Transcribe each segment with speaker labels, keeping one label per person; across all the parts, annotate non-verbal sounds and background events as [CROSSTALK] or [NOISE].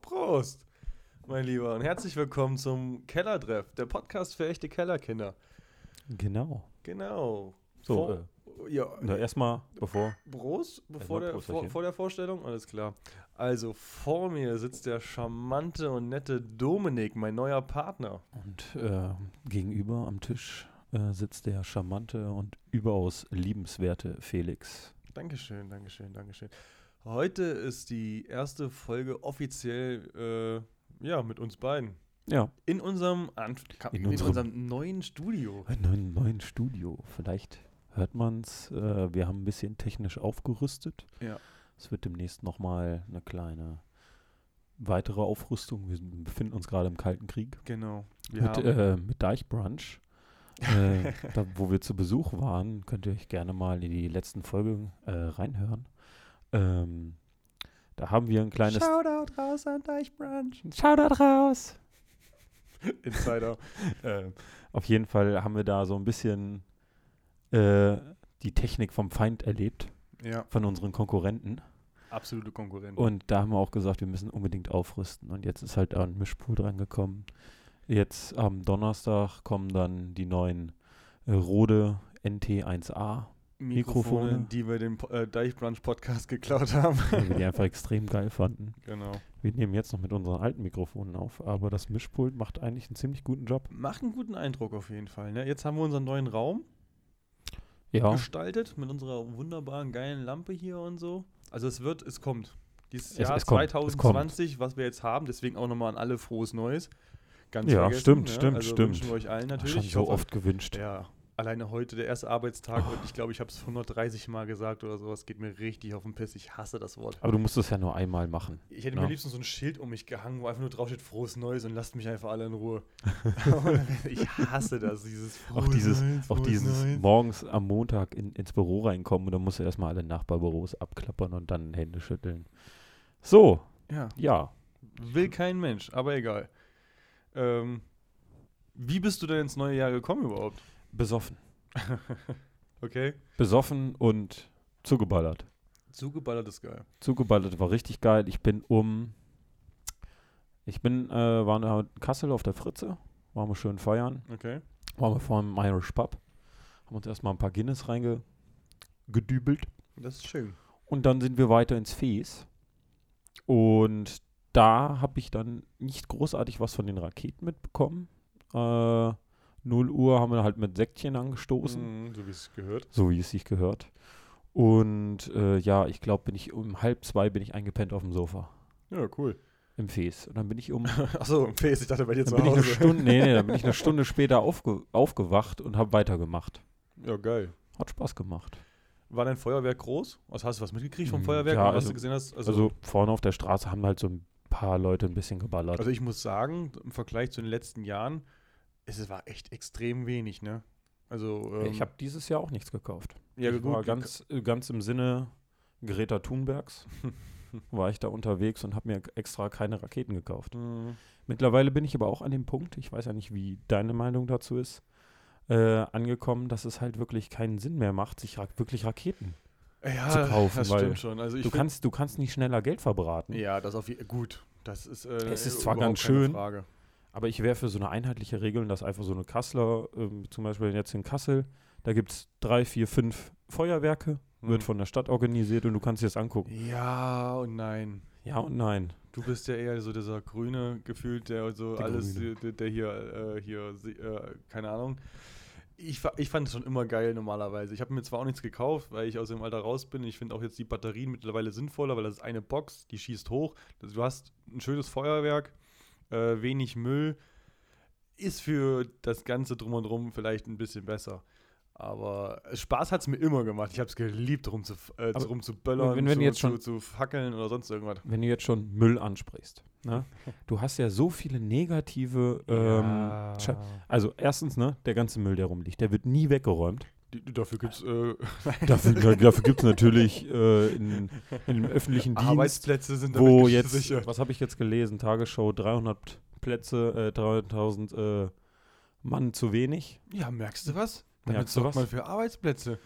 Speaker 1: Prost, mein Lieber, und herzlich willkommen zum Kellertreff, der Podcast für echte Kellerkinder.
Speaker 2: Genau.
Speaker 1: Genau.
Speaker 2: So, äh,
Speaker 1: Vor- ja,
Speaker 2: Na, erstmal, bevor.
Speaker 1: Prost, bevor
Speaker 2: Erstmal
Speaker 1: der,
Speaker 2: Prost,
Speaker 1: vor,
Speaker 2: Tachchen.
Speaker 1: vor der Vorstellung, alles klar. Also vor mir sitzt der charmante und nette Dominik, mein neuer Partner.
Speaker 2: Und äh, gegenüber am Tisch äh, sitzt der charmante und überaus liebenswerte Felix.
Speaker 1: Dankeschön, Dankeschön, Dankeschön. Heute ist die erste Folge offiziell äh, ja, mit uns beiden.
Speaker 2: Ja,
Speaker 1: In unserem, Anf in
Speaker 2: In
Speaker 1: unserem,
Speaker 2: unserem-
Speaker 1: neuen Studio.
Speaker 2: ein neuen, neuen Studio. Vielleicht hört man's. Äh, wir haben ein bisschen technisch aufgerüstet.
Speaker 1: Ja.
Speaker 2: Es wird demnächst nochmal eine kleine weitere Aufrüstung. Wir befinden uns gerade im Kalten Krieg.
Speaker 1: Genau. Wir
Speaker 2: mit,
Speaker 1: haben-
Speaker 2: äh, mit Deichbrunch, äh, da, wo wir zu Besuch waren, könnt ihr euch gerne mal in die letzten Folgen äh, reinhören. Ähm, da haben wir ein kleines
Speaker 1: Shoutout raus an Deichbrunch.
Speaker 2: Shoutout raus.
Speaker 1: Insider.
Speaker 2: Ähm, auf jeden Fall haben wir da so ein bisschen äh, die Technik vom Feind erlebt,
Speaker 1: ja,
Speaker 2: von unseren Konkurrenten.
Speaker 1: absolute Konkurrentin.
Speaker 2: Und da haben wir auch gesagt, wir müssen unbedingt aufrüsten. Und jetzt ist halt ein Mischpult rangekommen. Jetzt am Donnerstag kommen dann die neuen äh, Rode NT1A,
Speaker 1: Mikrofone,
Speaker 2: Mikrofone. Mhm.
Speaker 1: die wir dem Po- äh, Deichbrunch Podcast geklaut
Speaker 2: [LAUGHS]
Speaker 1: haben.
Speaker 2: weil wir die einfach extrem geil fanden.
Speaker 1: [LAUGHS] genau.
Speaker 2: Wir nehmen jetzt noch mit unseren alten Mikrofonen auf, aber das Mischpult macht eigentlich einen ziemlich guten Job.
Speaker 1: Macht einen guten Eindruck auf jeden Fall. Ne? Jetzt haben wir unseren neuen Raum
Speaker 2: Ja,
Speaker 1: gestaltet mit unserer wunderbaren geilen Lampe hier und so. Also es wird, es kommt. Dieses
Speaker 2: Es-
Speaker 1: Jahr
Speaker 2: es kommt, es kommt.
Speaker 1: 2020, was wir jetzt haben, deswegen auch nochmal an alle frohes Neues. Ganz
Speaker 2: Ja,
Speaker 1: vergessen,
Speaker 2: stimmt,
Speaker 1: ne?
Speaker 2: stimmt,
Speaker 1: also
Speaker 2: stimmt.
Speaker 1: Wünschen wir euch allen natürlich.
Speaker 2: schon
Speaker 1: Ich
Speaker 2: so
Speaker 1: hoffe,
Speaker 2: oft Oh. gewünscht.
Speaker 1: Ja, alleine heute der erste Arbeitstag und ich glaube, ich habe es 130 Mal gesagt oder sowas. Geht mir richtig auf den Piss. Ich hasse das Wort.
Speaker 2: Aber du musst es ja nur einmal machen.
Speaker 1: Ich hätte
Speaker 2: Ja.
Speaker 1: mir liebsten so ein Schild um mich gehangen, wo einfach nur draufsteht, frohes Neues und lasst mich einfach alle in
Speaker 2: [LAUGHS]
Speaker 1: Ruhe. Aber ich hasse das, dieses
Speaker 2: Auch
Speaker 1: frohes
Speaker 2: dieses,
Speaker 1: Neues,
Speaker 2: auch
Speaker 1: frohes
Speaker 2: dieses
Speaker 1: Neues.
Speaker 2: morgens am Montag in, ins Büro reinkommen und dann musst du erstmal alle Nachbarbüros abklappern und dann Hände schütteln. So,
Speaker 1: Ja,
Speaker 2: ja.
Speaker 1: will kein Mensch, aber egal. Ähm, wie bist du denn ins neue Jahr gekommen überhaupt?
Speaker 2: Besoffen.
Speaker 1: Okay.
Speaker 2: Besoffen und zugeballert.
Speaker 1: Zugeballert ist geil.
Speaker 2: Zugeballert war richtig geil. Ich bin um. Ich bin, äh, war in Kassel auf der Fritze. Waren wir schön feiern.
Speaker 1: Okay.
Speaker 2: Waren wir vor einem Irish Pub. Haben uns erstmal ein paar Guinness reingedübelt.
Speaker 1: Das ist schön.
Speaker 2: Und dann sind wir weiter ins Fees. Und da habe ich dann nicht großartig was von den Raketen mitbekommen. Äh, 0 Uhr haben wir halt mit Säckchen angestoßen.
Speaker 1: Mhm, so wie es gehört.
Speaker 2: so wie es sich gehört. Und äh, ja, ich glaube, bin ich um halb zwei bin ich eingepennt auf dem Sofa
Speaker 1: Ja,
Speaker 2: [LAUGHS]
Speaker 1: cool.
Speaker 2: im Fes. Und dann bin
Speaker 1: [LAUGHS]
Speaker 2: ich um
Speaker 1: Achso, PS, ich dachte bei dir zu
Speaker 2: dann bin ich eine
Speaker 1: Hause.
Speaker 2: Stunde, nee, nee, dann bin
Speaker 1: [LAUGHS]
Speaker 2: ich eine Stunde später aufge, aufgewacht und habe weitergemacht.
Speaker 1: ja, geil.
Speaker 2: Hat Spaß gemacht.
Speaker 1: War dein Feuerwerk groß? Also hast du was mitgekriegt vom
Speaker 2: Mm,
Speaker 1: Feuerwerk?
Speaker 2: ja,
Speaker 1: oder was
Speaker 2: also-
Speaker 1: du gesehen hast? Also,
Speaker 2: Also,
Speaker 1: also,
Speaker 2: vorne auf der Straße haben halt so ein paar Leute ein bisschen geballert.
Speaker 1: Also ich muss sagen, im Vergleich zu den letzten Jahren, es war echt extrem wenig, ne? Also, ähm,
Speaker 2: ich habe dieses Jahr auch nichts gekauft.
Speaker 1: ja,
Speaker 2: ich war
Speaker 1: gut,
Speaker 2: ganz, äh, ganz im Sinne
Speaker 1: [LAUGHS]
Speaker 2: Greta Thunbergs war ich da unterwegs und habe mir extra keine Raketen gekauft.
Speaker 1: Mhm.
Speaker 2: Mittlerweile bin ich aber auch an dem Punkt, ich weiß ja nicht, wie deine Meinung dazu ist, äh, angekommen, dass es halt wirklich keinen Sinn mehr macht, sich ra wirklich Raketen
Speaker 1: ja,
Speaker 2: zu kaufen,
Speaker 1: das
Speaker 2: weil
Speaker 1: stimmt schon. Also ich
Speaker 2: Du
Speaker 1: find-
Speaker 2: kannst, du kannst nicht schneller Geld verbraten,
Speaker 1: ja, das auf je- gut. Das ist, äh,
Speaker 2: Es ist zwar
Speaker 1: überhaupt
Speaker 2: ganz
Speaker 1: keine
Speaker 2: schön.
Speaker 1: Frage.
Speaker 2: aber ich wäre für so eine einheitliche Regel, dass einfach so eine Kasseler, ähm, zum Beispiel jetzt in Kassel, da gibt es drei, vier, fünf Feuerwerke, wird
Speaker 1: Mhm.
Speaker 2: von der Stadt organisiert und du kannst dir das angucken.
Speaker 1: Ja und nein.
Speaker 2: Ja und nein.
Speaker 1: Du bist ja eher so dieser Grüne gefühlt, der so
Speaker 2: Der
Speaker 1: alles,
Speaker 2: Grüne.
Speaker 1: der, der hier, äh, hier, se- äh, keine Ahnung. Ich, fa- ich fand es schon immer geil normalerweise. Ich habe mir zwar auch nichts gekauft, weil ich aus dem Alter raus bin. Ich finde auch jetzt die Batterien mittlerweile sinnvoller, weil das ist eine Box, die schießt hoch. Also Du hast ein schönes Feuerwerk, äh, wenig Müll. Ist für das Ganze drum und drum vielleicht ein bisschen besser. Aber Spaß hat es mir immer gemacht. Ich habe es geliebt, rum zu, f- äh,
Speaker 2: Aber
Speaker 1: rum zu böllern,
Speaker 2: wenn- wenn
Speaker 1: zu,
Speaker 2: jetzt
Speaker 1: zu,
Speaker 2: schon-
Speaker 1: zu fackeln oder sonst irgendwas.
Speaker 2: Wenn du jetzt schon Müll ansprichst, ne? du hast ja so viele negative ähm, Scha- Also erstens, ne, der ganze Müll, der rumliegt, der wird nie weggeräumt.
Speaker 1: Die- die- Dafür gibt es [LAUGHS] äh,
Speaker 2: Dafür, [LAUGHS] dafür gibt es natürlich äh, in, in dem öffentlichen Dienst,
Speaker 1: Arbeitsplätze sind damit
Speaker 2: wo
Speaker 1: gesichert.
Speaker 2: jetzt, was habe ich jetzt gelesen, Tagesschau, 300 Plätze, äh, 300.000 äh, Mann zu wenig.
Speaker 1: Ja, merkst du was?
Speaker 2: Merkst du was?
Speaker 1: für Arbeitsplätze.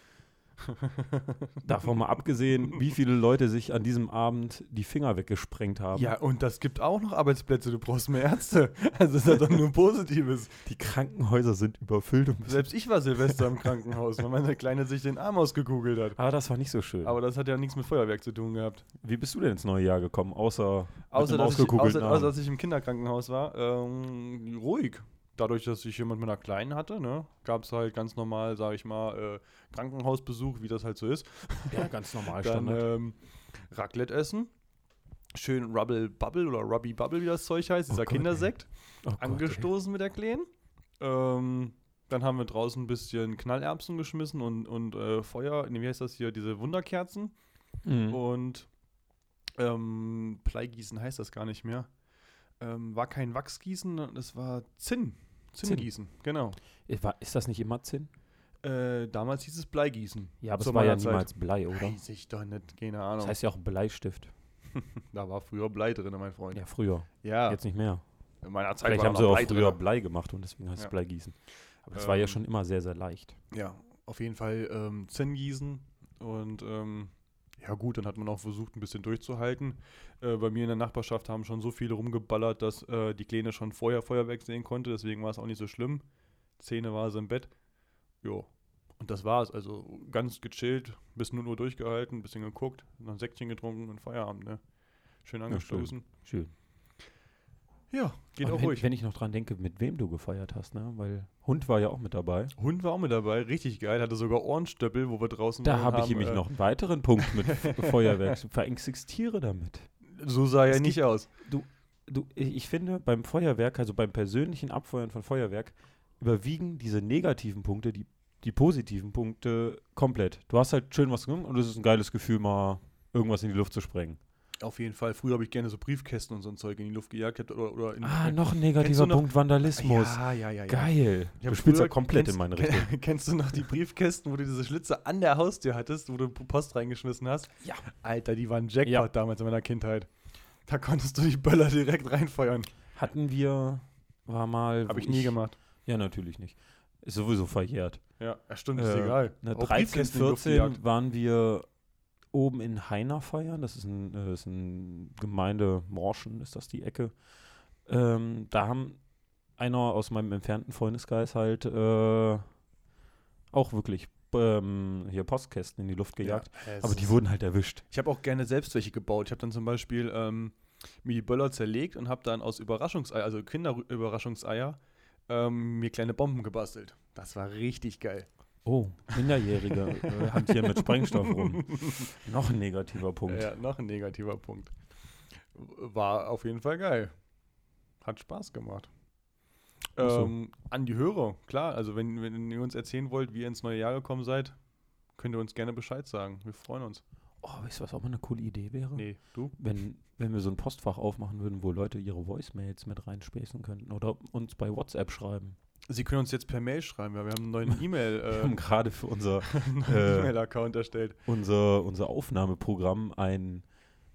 Speaker 2: Davon mal abgesehen, [LAUGHS] wie viele Leute sich an diesem Abend die Finger weggesprengt haben.
Speaker 1: Ja, und das gibt auch noch Arbeitsplätze. Du brauchst mehr Ärzte. [LAUGHS] Also ist das doch nur Positives.
Speaker 2: Die Krankenhäuser sind überfüllt. und müssen-
Speaker 1: Selbst ich war Silvester im Krankenhaus, weil meine Kleine sich den Arm ausgekugelt hat.
Speaker 2: Aber Ah, das war nicht so schön.
Speaker 1: Aber das hat ja nichts mit Feuerwerk zu tun gehabt.
Speaker 2: Wie bist du denn ins neue Jahr gekommen, außer
Speaker 1: Außer
Speaker 2: einem
Speaker 1: dass, ich,
Speaker 2: ausgekugelten
Speaker 1: außer, außer
Speaker 2: Arm?
Speaker 1: dass ich im Kinderkrankenhaus war, ähm, ruhig. Dadurch, dass ich jemand mit einer Kleinen hatte, ne, gab es halt ganz normal, sage ich mal, äh, Krankenhausbesuch, wie das halt so ist.
Speaker 2: ja, ganz normal
Speaker 1: Dann ähm, Raclette essen. Schön Rubble Bubble oder Rubby Bubble, wie das Zeug heißt,
Speaker 2: Oh
Speaker 1: dieser
Speaker 2: Gott, ey.
Speaker 1: Kindersekt.
Speaker 2: Oh Gott, ey.
Speaker 1: angestoßen mit der Kleen. Ähm, dann haben wir draußen ein bisschen Knallerbsen geschmissen und, und äh, Feuer, nee, wie heißt das hier, diese Wunderkerzen.
Speaker 2: Mhm.
Speaker 1: Und ähm, Bleigießen heißt das gar nicht mehr. Ähm, war kein Wachsgießen, das war Zinn.
Speaker 2: Zinn.
Speaker 1: Zinngießen, genau.
Speaker 2: Äh, war- Ist das nicht immer Zinn?
Speaker 1: Äh, damals hieß es Bleigießen.
Speaker 2: Ja, aber
Speaker 1: Zu
Speaker 2: es war ja
Speaker 1: meiner Zeit.
Speaker 2: niemals Blei, oder?
Speaker 1: Weiß ich doch nicht, keine Ahnung.
Speaker 2: Das heißt ja auch Bleistift.
Speaker 1: da war früher Blei drin, mein Freund.
Speaker 2: Ja, früher.
Speaker 1: Ja,
Speaker 2: Jetzt nicht mehr.
Speaker 1: in meiner Zeit
Speaker 2: Vielleicht
Speaker 1: war
Speaker 2: haben
Speaker 1: da
Speaker 2: sie
Speaker 1: noch
Speaker 2: auch
Speaker 1: Blei
Speaker 2: früher
Speaker 1: drin.
Speaker 2: Blei gemacht und deswegen heißt
Speaker 1: Ja.
Speaker 2: es Bleigießen. Aber das war ja
Speaker 1: Ähm,
Speaker 2: schon immer sehr, sehr leicht.
Speaker 1: Ja, auf jeden Fall ähm, Zinn gießen und ähm, ja gut, dann hat man auch versucht, ein bisschen durchzuhalten. Äh, bei mir in der Nachbarschaft haben schon so viele rumgeballert, dass äh, die Kleine schon vorher Feuerwerk sehen konnte, deswegen war es auch nicht so schlimm. Zähne war sie im Bett. Jo. Und das war's. Also ganz gechillt, bis 0 Uhr durchgehalten, ein bisschen geguckt, noch ein Säckchen getrunken und Feierabend, ne? Schön angestoßen.
Speaker 2: Schön.
Speaker 1: Ja, geht
Speaker 2: Und
Speaker 1: auch
Speaker 2: wenn,
Speaker 1: ruhig.
Speaker 2: wenn ich noch dran denke, mit wem du gefeiert hast, ne? Weil Hund war ja auch mit dabei.
Speaker 1: Hund war auch mit dabei, richtig geil, hatte sogar Ohrenstöppel, wo wir draußen
Speaker 2: Da
Speaker 1: waren,
Speaker 2: habe ich
Speaker 1: haben,
Speaker 2: nämlich
Speaker 1: äh,
Speaker 2: noch einen weiteren Punkt
Speaker 1: [LAUGHS]
Speaker 2: mit Feuerwerk. Verängstigst Tiere damit.
Speaker 1: So sah er
Speaker 2: Es
Speaker 1: nicht aus.
Speaker 2: Du, ich ich finde, beim Feuerwerk, also beim persönlichen Abfeuern von Feuerwerk, überwiegen diese negativen Punkte, die, die positiven Punkte komplett. Du hast halt schön was genommen und es ist ein geiles Gefühl, mal irgendwas in die Luft zu sprengen.
Speaker 1: Auf jeden Fall. Früher habe ich gerne so Briefkästen und so ein Zeug in die Luft gejagt gehabt oder, oder in.
Speaker 2: Ah,
Speaker 1: in-
Speaker 2: noch ein
Speaker 1: Kennst du
Speaker 2: negativer
Speaker 1: noch-
Speaker 2: Punkt, Vandalismus.
Speaker 1: Ja, ja, ja. ja.
Speaker 2: Geil.
Speaker 1: Ich hab
Speaker 2: Du spielst ja
Speaker 1: früher-
Speaker 2: komplett
Speaker 1: [LAUGHS]
Speaker 2: in meine
Speaker 1: kennst-
Speaker 2: Richtung.
Speaker 1: Kennst du noch die Briefkästen, wo du diese Schlitze an der Haustür hattest, wo du Post reingeschmissen hast?
Speaker 2: Ja.
Speaker 1: Alter, die waren Jackpot
Speaker 2: Ja.
Speaker 1: damals in meiner Kindheit. Da konntest du die Böller direkt reinfeuern.
Speaker 2: Hatten wir, war mal. wo
Speaker 1: Habe ich nie gemacht.
Speaker 2: Ja, natürlich nicht. Ist sowieso verjährt.
Speaker 1: Ja, ja, stimmt, ist
Speaker 2: Äh,
Speaker 1: egal.
Speaker 2: Ne,
Speaker 1: Auch
Speaker 2: 13,
Speaker 1: Briefkästen in die Luft
Speaker 2: 14
Speaker 1: gejagt.
Speaker 2: waren wir oben in Heiner feiern. Das ist ein, äh, ist ein Gemeinde Morschen, ist das die Ecke. Ähm, da haben einer aus meinem entfernten Freundeskreis halt äh, auch wirklich ähm, hier Postkästen in die Luft gejagt.
Speaker 1: Ja, es
Speaker 2: Aber
Speaker 1: ist-
Speaker 2: die wurden halt erwischt.
Speaker 1: Ich habe auch gerne selbst welche gebaut. Ich habe dann zum Beispiel ähm, mir die Böller zerlegt und habe dann aus Überraschungseier, also Kinderüberraschungseier, ähm, mir kleine Bomben gebastelt. Das war richtig geil.
Speaker 2: Oh, Minderjährige äh, hantieren mit
Speaker 1: [LAUGHS]
Speaker 2: Sprengstoff rum. Noch ein negativer Punkt.
Speaker 1: Ja, noch ein negativer Punkt. War auf jeden Fall geil. Hat Spaß gemacht.
Speaker 2: Ach so.
Speaker 1: Ähm, an die Hörer, klar. Also, wenn, wenn ihr uns erzählen wollt, wie ihr ins neue Jahr gekommen seid, könnt ihr uns gerne Bescheid sagen. Wir freuen uns.
Speaker 2: Oh, weißt du, was auch mal eine coole Idee wäre?
Speaker 1: Nee, du?
Speaker 2: Wenn, wenn wir so ein Postfach aufmachen würden, wo Leute ihre Voicemails mit reinspäßen könnten oder uns bei WhatsApp schreiben.
Speaker 1: Sie können uns jetzt per Mail schreiben, weil wir haben einen neuen
Speaker 2: [LAUGHS]
Speaker 1: E-Mail.
Speaker 2: Wir
Speaker 1: Äh,
Speaker 2: haben gerade
Speaker 1: [LAUGHS]
Speaker 2: für unser,
Speaker 1: einen neuen
Speaker 2: äh,
Speaker 1: E-Mail-Account erstellt.
Speaker 2: unser, unser Aufnahmeprogramm ein,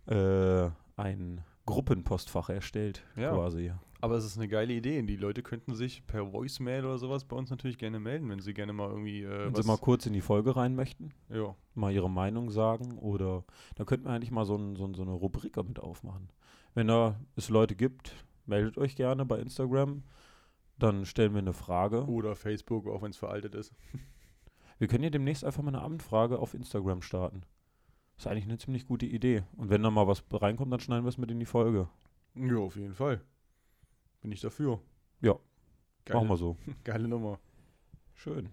Speaker 2: äh, ein Gruppenpostfach erstellt,
Speaker 1: Ja. Äh,
Speaker 2: quasi.
Speaker 1: Aber es ist eine geile Idee. Die Leute könnten sich per Voicemail oder sowas bei uns natürlich gerne melden, wenn sie gerne mal irgendwie äh,
Speaker 2: Wenn
Speaker 1: was.
Speaker 2: sie mal kurz in die Folge rein möchten,
Speaker 1: ja.
Speaker 2: mal ihre Meinung sagen oder da könnten wir eigentlich mal so, ein, so, ein, so eine Rubrik damit aufmachen. Wenn da es Leute gibt, meldet euch gerne bei Instagram, dann stellen wir eine Frage.
Speaker 1: Oder Facebook, auch wenn es veraltet ist.
Speaker 2: Wir können ja demnächst einfach mal eine Abendfrage auf Instagram starten. Ist eigentlich eine ziemlich gute Idee. Und wenn da mal was reinkommt, dann schneiden wir es mit in die Folge.
Speaker 1: Ja, auf jeden Fall. Bin ich dafür.
Speaker 2: Ja.
Speaker 1: Geile,
Speaker 2: Machen wir so.
Speaker 1: geile Nummer.
Speaker 2: Schön.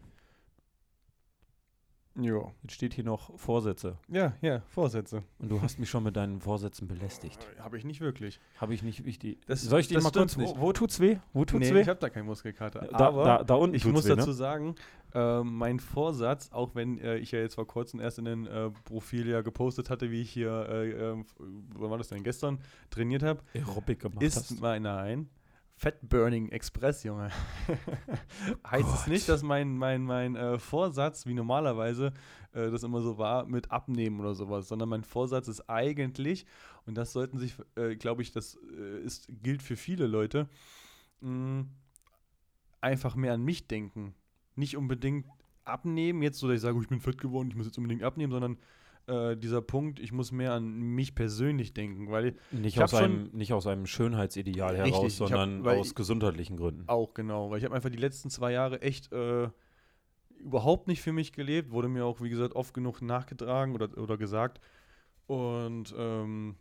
Speaker 1: Ja.
Speaker 2: Jetzt steht hier noch Vorsätze.
Speaker 1: Ja, ja, Vorsätze.
Speaker 2: Und du hast mich schon mit deinen Vorsätzen belästigt.
Speaker 1: Habe ich nicht wirklich.
Speaker 2: Habe ich nicht wichtig.
Speaker 1: Das-
Speaker 2: Soll ich dir
Speaker 1: das
Speaker 2: mal kurz.
Speaker 1: stimmt nicht.
Speaker 2: Wo, wo tut's weh? Wo tut's
Speaker 1: nee,
Speaker 2: weh?
Speaker 1: ich habe da keinen Muskelkater.
Speaker 2: da,
Speaker 1: aber
Speaker 2: da, da unten
Speaker 1: ich
Speaker 2: tut's
Speaker 1: muss
Speaker 2: weh,
Speaker 1: dazu
Speaker 2: ne?
Speaker 1: sagen, ähm, mein Vorsatz, auch wenn äh, ich ja jetzt vor kurzem erst in den äh, Profil ja gepostet hatte, wie ich hier, äh, ähm, f- wann war das denn, gestern trainiert habe,
Speaker 2: Aerobic gemacht
Speaker 1: ist
Speaker 2: hast.
Speaker 1: mein, nein, Fat Burning Express, Junge. [LAUGHS] heißt es
Speaker 2: Gott.
Speaker 1: nicht, dass mein, mein, mein äh, Vorsatz, wie normalerweise äh, das immer so war, mit Abnehmen oder sowas, sondern mein Vorsatz ist eigentlich, und das sollten sich, äh, glaube ich, das äh, ist, gilt für viele Leute, mh, einfach mehr an mich denken. Nicht unbedingt Abnehmen jetzt so, dass ich sage, oh, ich bin fett geworden, ich muss jetzt unbedingt abnehmen, sondern äh, dieser Punkt, ich muss mehr an mich persönlich denken, weil
Speaker 2: Nicht,
Speaker 1: Ich hab
Speaker 2: aus einem, nicht aus einem Schönheitsideal
Speaker 1: Richtig,
Speaker 2: heraus,
Speaker 1: ich hab-
Speaker 2: sondern
Speaker 1: weil
Speaker 2: aus
Speaker 1: ich-
Speaker 2: gesundheitlichen Gründen.
Speaker 1: Auch genau, weil ich habe einfach die letzten zwei Jahre echt äh, überhaupt nicht für mich gelebt, wurde mir auch, wie gesagt, oft genug nachgetragen oder, oder gesagt. Und ähm,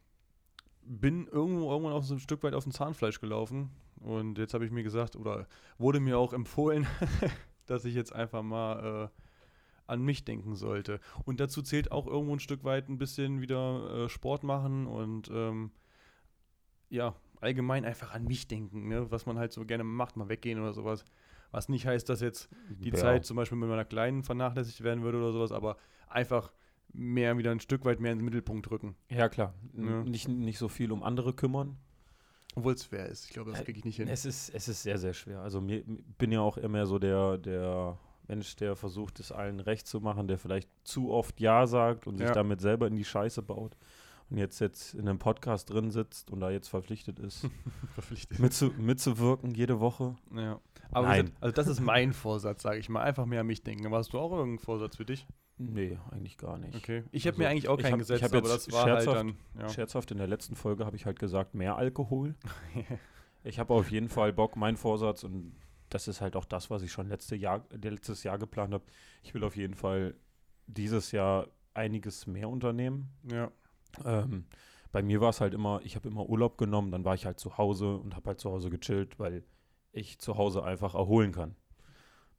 Speaker 1: bin irgendwo irgendwann auch so ein Stück weit auf dem Zahnfleisch gelaufen. Und jetzt habe ich mir gesagt, oder wurde mir auch empfohlen, [LAUGHS] dass ich jetzt einfach mal äh, an mich denken sollte. Und dazu zählt auch irgendwo ein Stück weit ein bisschen wieder äh, Sport machen und ähm, ja, allgemein einfach an mich denken, ne? was man halt so gerne macht, mal weggehen oder sowas. Was nicht heißt, dass jetzt die
Speaker 2: Ja.
Speaker 1: Zeit zum Beispiel mit meiner Kleinen vernachlässigt werden würde oder sowas, aber einfach mehr wieder ein Stück weit mehr in den Mittelpunkt rücken.
Speaker 2: Ja, klar. N-
Speaker 1: Ja.
Speaker 2: Nicht, nicht so viel um andere kümmern.
Speaker 1: Obwohl es schwer ist. Ich glaube, das
Speaker 2: Äh,
Speaker 1: kriege ich nicht hin.
Speaker 2: Es ist, es ist sehr, sehr schwer. Also mir m- bin ja auch immer so der, der Mensch, der versucht, es allen recht zu machen, der vielleicht zu oft Ja sagt und
Speaker 1: Ja.
Speaker 2: sich damit selber in die Scheiße baut und jetzt, jetzt in einem Podcast drin sitzt und da jetzt
Speaker 1: [LAUGHS]
Speaker 2: verpflichtet ist, [LAUGHS]
Speaker 1: Verpflichtet.
Speaker 2: mitzu mitzuwirken jede Woche.
Speaker 1: Ja. Aber wie
Speaker 2: Nein.
Speaker 1: Gesagt, also das ist mein Vorsatz, sage ich mal. Einfach mehr an mich denken. Aber hast du auch irgendeinen Vorsatz für dich?
Speaker 2: Nee, eigentlich gar nicht.
Speaker 1: Okay. Ich habe
Speaker 2: Also,
Speaker 1: mir eigentlich auch
Speaker 2: ich
Speaker 1: keinen
Speaker 2: hab- ich
Speaker 1: gesetzt,
Speaker 2: hab
Speaker 1: aber
Speaker 2: jetzt
Speaker 1: das war halt
Speaker 2: scherzhaft-
Speaker 1: dann. Ja.
Speaker 2: Scherzhaft, in der letzten Folge habe ich halt gesagt, mehr Alkohol. ich habe auf jeden Fall Bock, mein Vorsatz, und das ist halt auch das, was ich schon letzte Jahr, letztes Jahr geplant habe. Ich will auf jeden Fall dieses Jahr einiges mehr unternehmen.
Speaker 1: ja.
Speaker 2: Ähm, bei mir war es halt immer, ich habe immer Urlaub genommen, dann war ich halt zu Hause und habe halt zu Hause gechillt, weil ich zu Hause einfach erholen kann.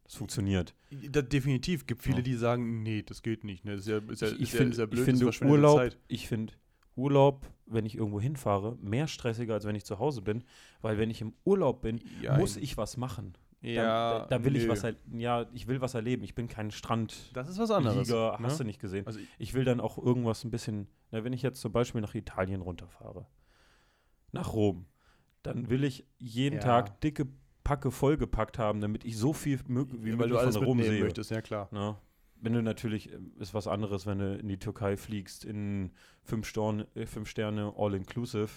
Speaker 2: Das funktioniert.
Speaker 1: Da, definitiv gibt viele,
Speaker 2: Ja.
Speaker 1: die sagen, nee, das geht nicht. Ne? Das ist ja, ist ja,
Speaker 2: Ich, ich,
Speaker 1: ist ja,
Speaker 2: find,
Speaker 1: ist ja
Speaker 2: ich
Speaker 1: blöd, das ist
Speaker 2: finde
Speaker 1: verschwendete
Speaker 2: Urlaub,
Speaker 1: Zeit.
Speaker 2: ich finde Urlaub, wenn ich irgendwo hinfahre, mehr stressiger, als wenn ich zu Hause bin. Weil wenn ich im Urlaub bin,
Speaker 1: Ja,
Speaker 2: muss ich was machen. Dann,
Speaker 1: Ja,
Speaker 2: da, da will ich
Speaker 1: nö.
Speaker 2: was er, Ja, ich will was erleben. Ich bin kein Strand.
Speaker 1: Das ist was anderes.
Speaker 2: Liga,
Speaker 1: ne?
Speaker 2: hast du nicht gesehen.
Speaker 1: Also ich-
Speaker 2: ich will dann auch irgendwas ein bisschen, na, wenn ich jetzt zum Beispiel nach Italien runterfahre, nach Rom, dann will ich jeden
Speaker 1: Ja.
Speaker 2: Tag dicke Packe vollgepackt haben, damit ich so viel mög- wie
Speaker 1: Ja, weil
Speaker 2: möglich
Speaker 1: du alles
Speaker 2: von Rom
Speaker 1: mitnehmen
Speaker 2: sehe.
Speaker 1: möchtest, ja klar.
Speaker 2: Ne? Wenn du natürlich, ähm, ist was anderes, wenn du in die Türkei fliegst, in fünf, Storn, äh, fünf Sterne All-Inclusive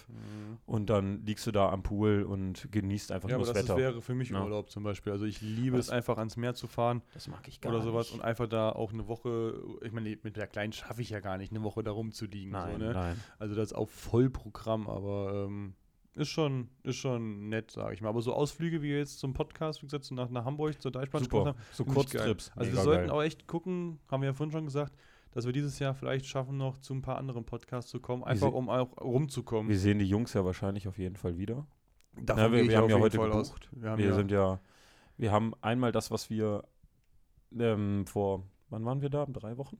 Speaker 2: und dann liegst du da am Pool und genießt einfach
Speaker 1: Mhm. Ja, aber
Speaker 2: nur
Speaker 1: das
Speaker 2: das, Wetter.
Speaker 1: Ist, wäre für mich
Speaker 2: Ja.
Speaker 1: Urlaub zum Beispiel. Also ich liebe es
Speaker 2: Das-
Speaker 1: einfach ans Meer zu fahren
Speaker 2: das mag ich
Speaker 1: oder sowas und einfach da auch eine Woche, ich meine, mit der Kleinen schaffe ich ja gar nicht, eine Woche da rumzuliegen.
Speaker 2: Nein,
Speaker 1: so, ne?
Speaker 2: nein.
Speaker 1: Also das ist auch Vollprogramm, aber ähm, ist schon, ist schon nett, sage ich mal. Aber so Ausflüge wie jetzt zum Podcast, wie gesagt, so nach, nach Hamburg zur Deichbahn
Speaker 2: Super. So
Speaker 1: Finde ich geil.
Speaker 2: Kurztrips.
Speaker 1: Also wir
Speaker 2: mega
Speaker 1: sollten
Speaker 2: geil.
Speaker 1: auch echt gucken, haben wir ja vorhin schon gesagt, dass wir dieses Jahr vielleicht schaffen, noch zu ein paar anderen Podcasts zu kommen, einfach
Speaker 2: se-
Speaker 1: um auch rumzukommen.
Speaker 2: Wir sehen die Jungs ja wahrscheinlich auf jeden Fall wieder.
Speaker 1: Davon
Speaker 2: Na, wir-
Speaker 1: gehe ich
Speaker 2: wir haben
Speaker 1: auf
Speaker 2: ja
Speaker 1: jeden
Speaker 2: heute
Speaker 1: Fall
Speaker 2: gebucht.
Speaker 1: Aus. Wir haben
Speaker 2: wir
Speaker 1: ja,
Speaker 2: sind ja, wir haben einmal das, was wir ähm, vor, wann waren wir da? Drei Wochen?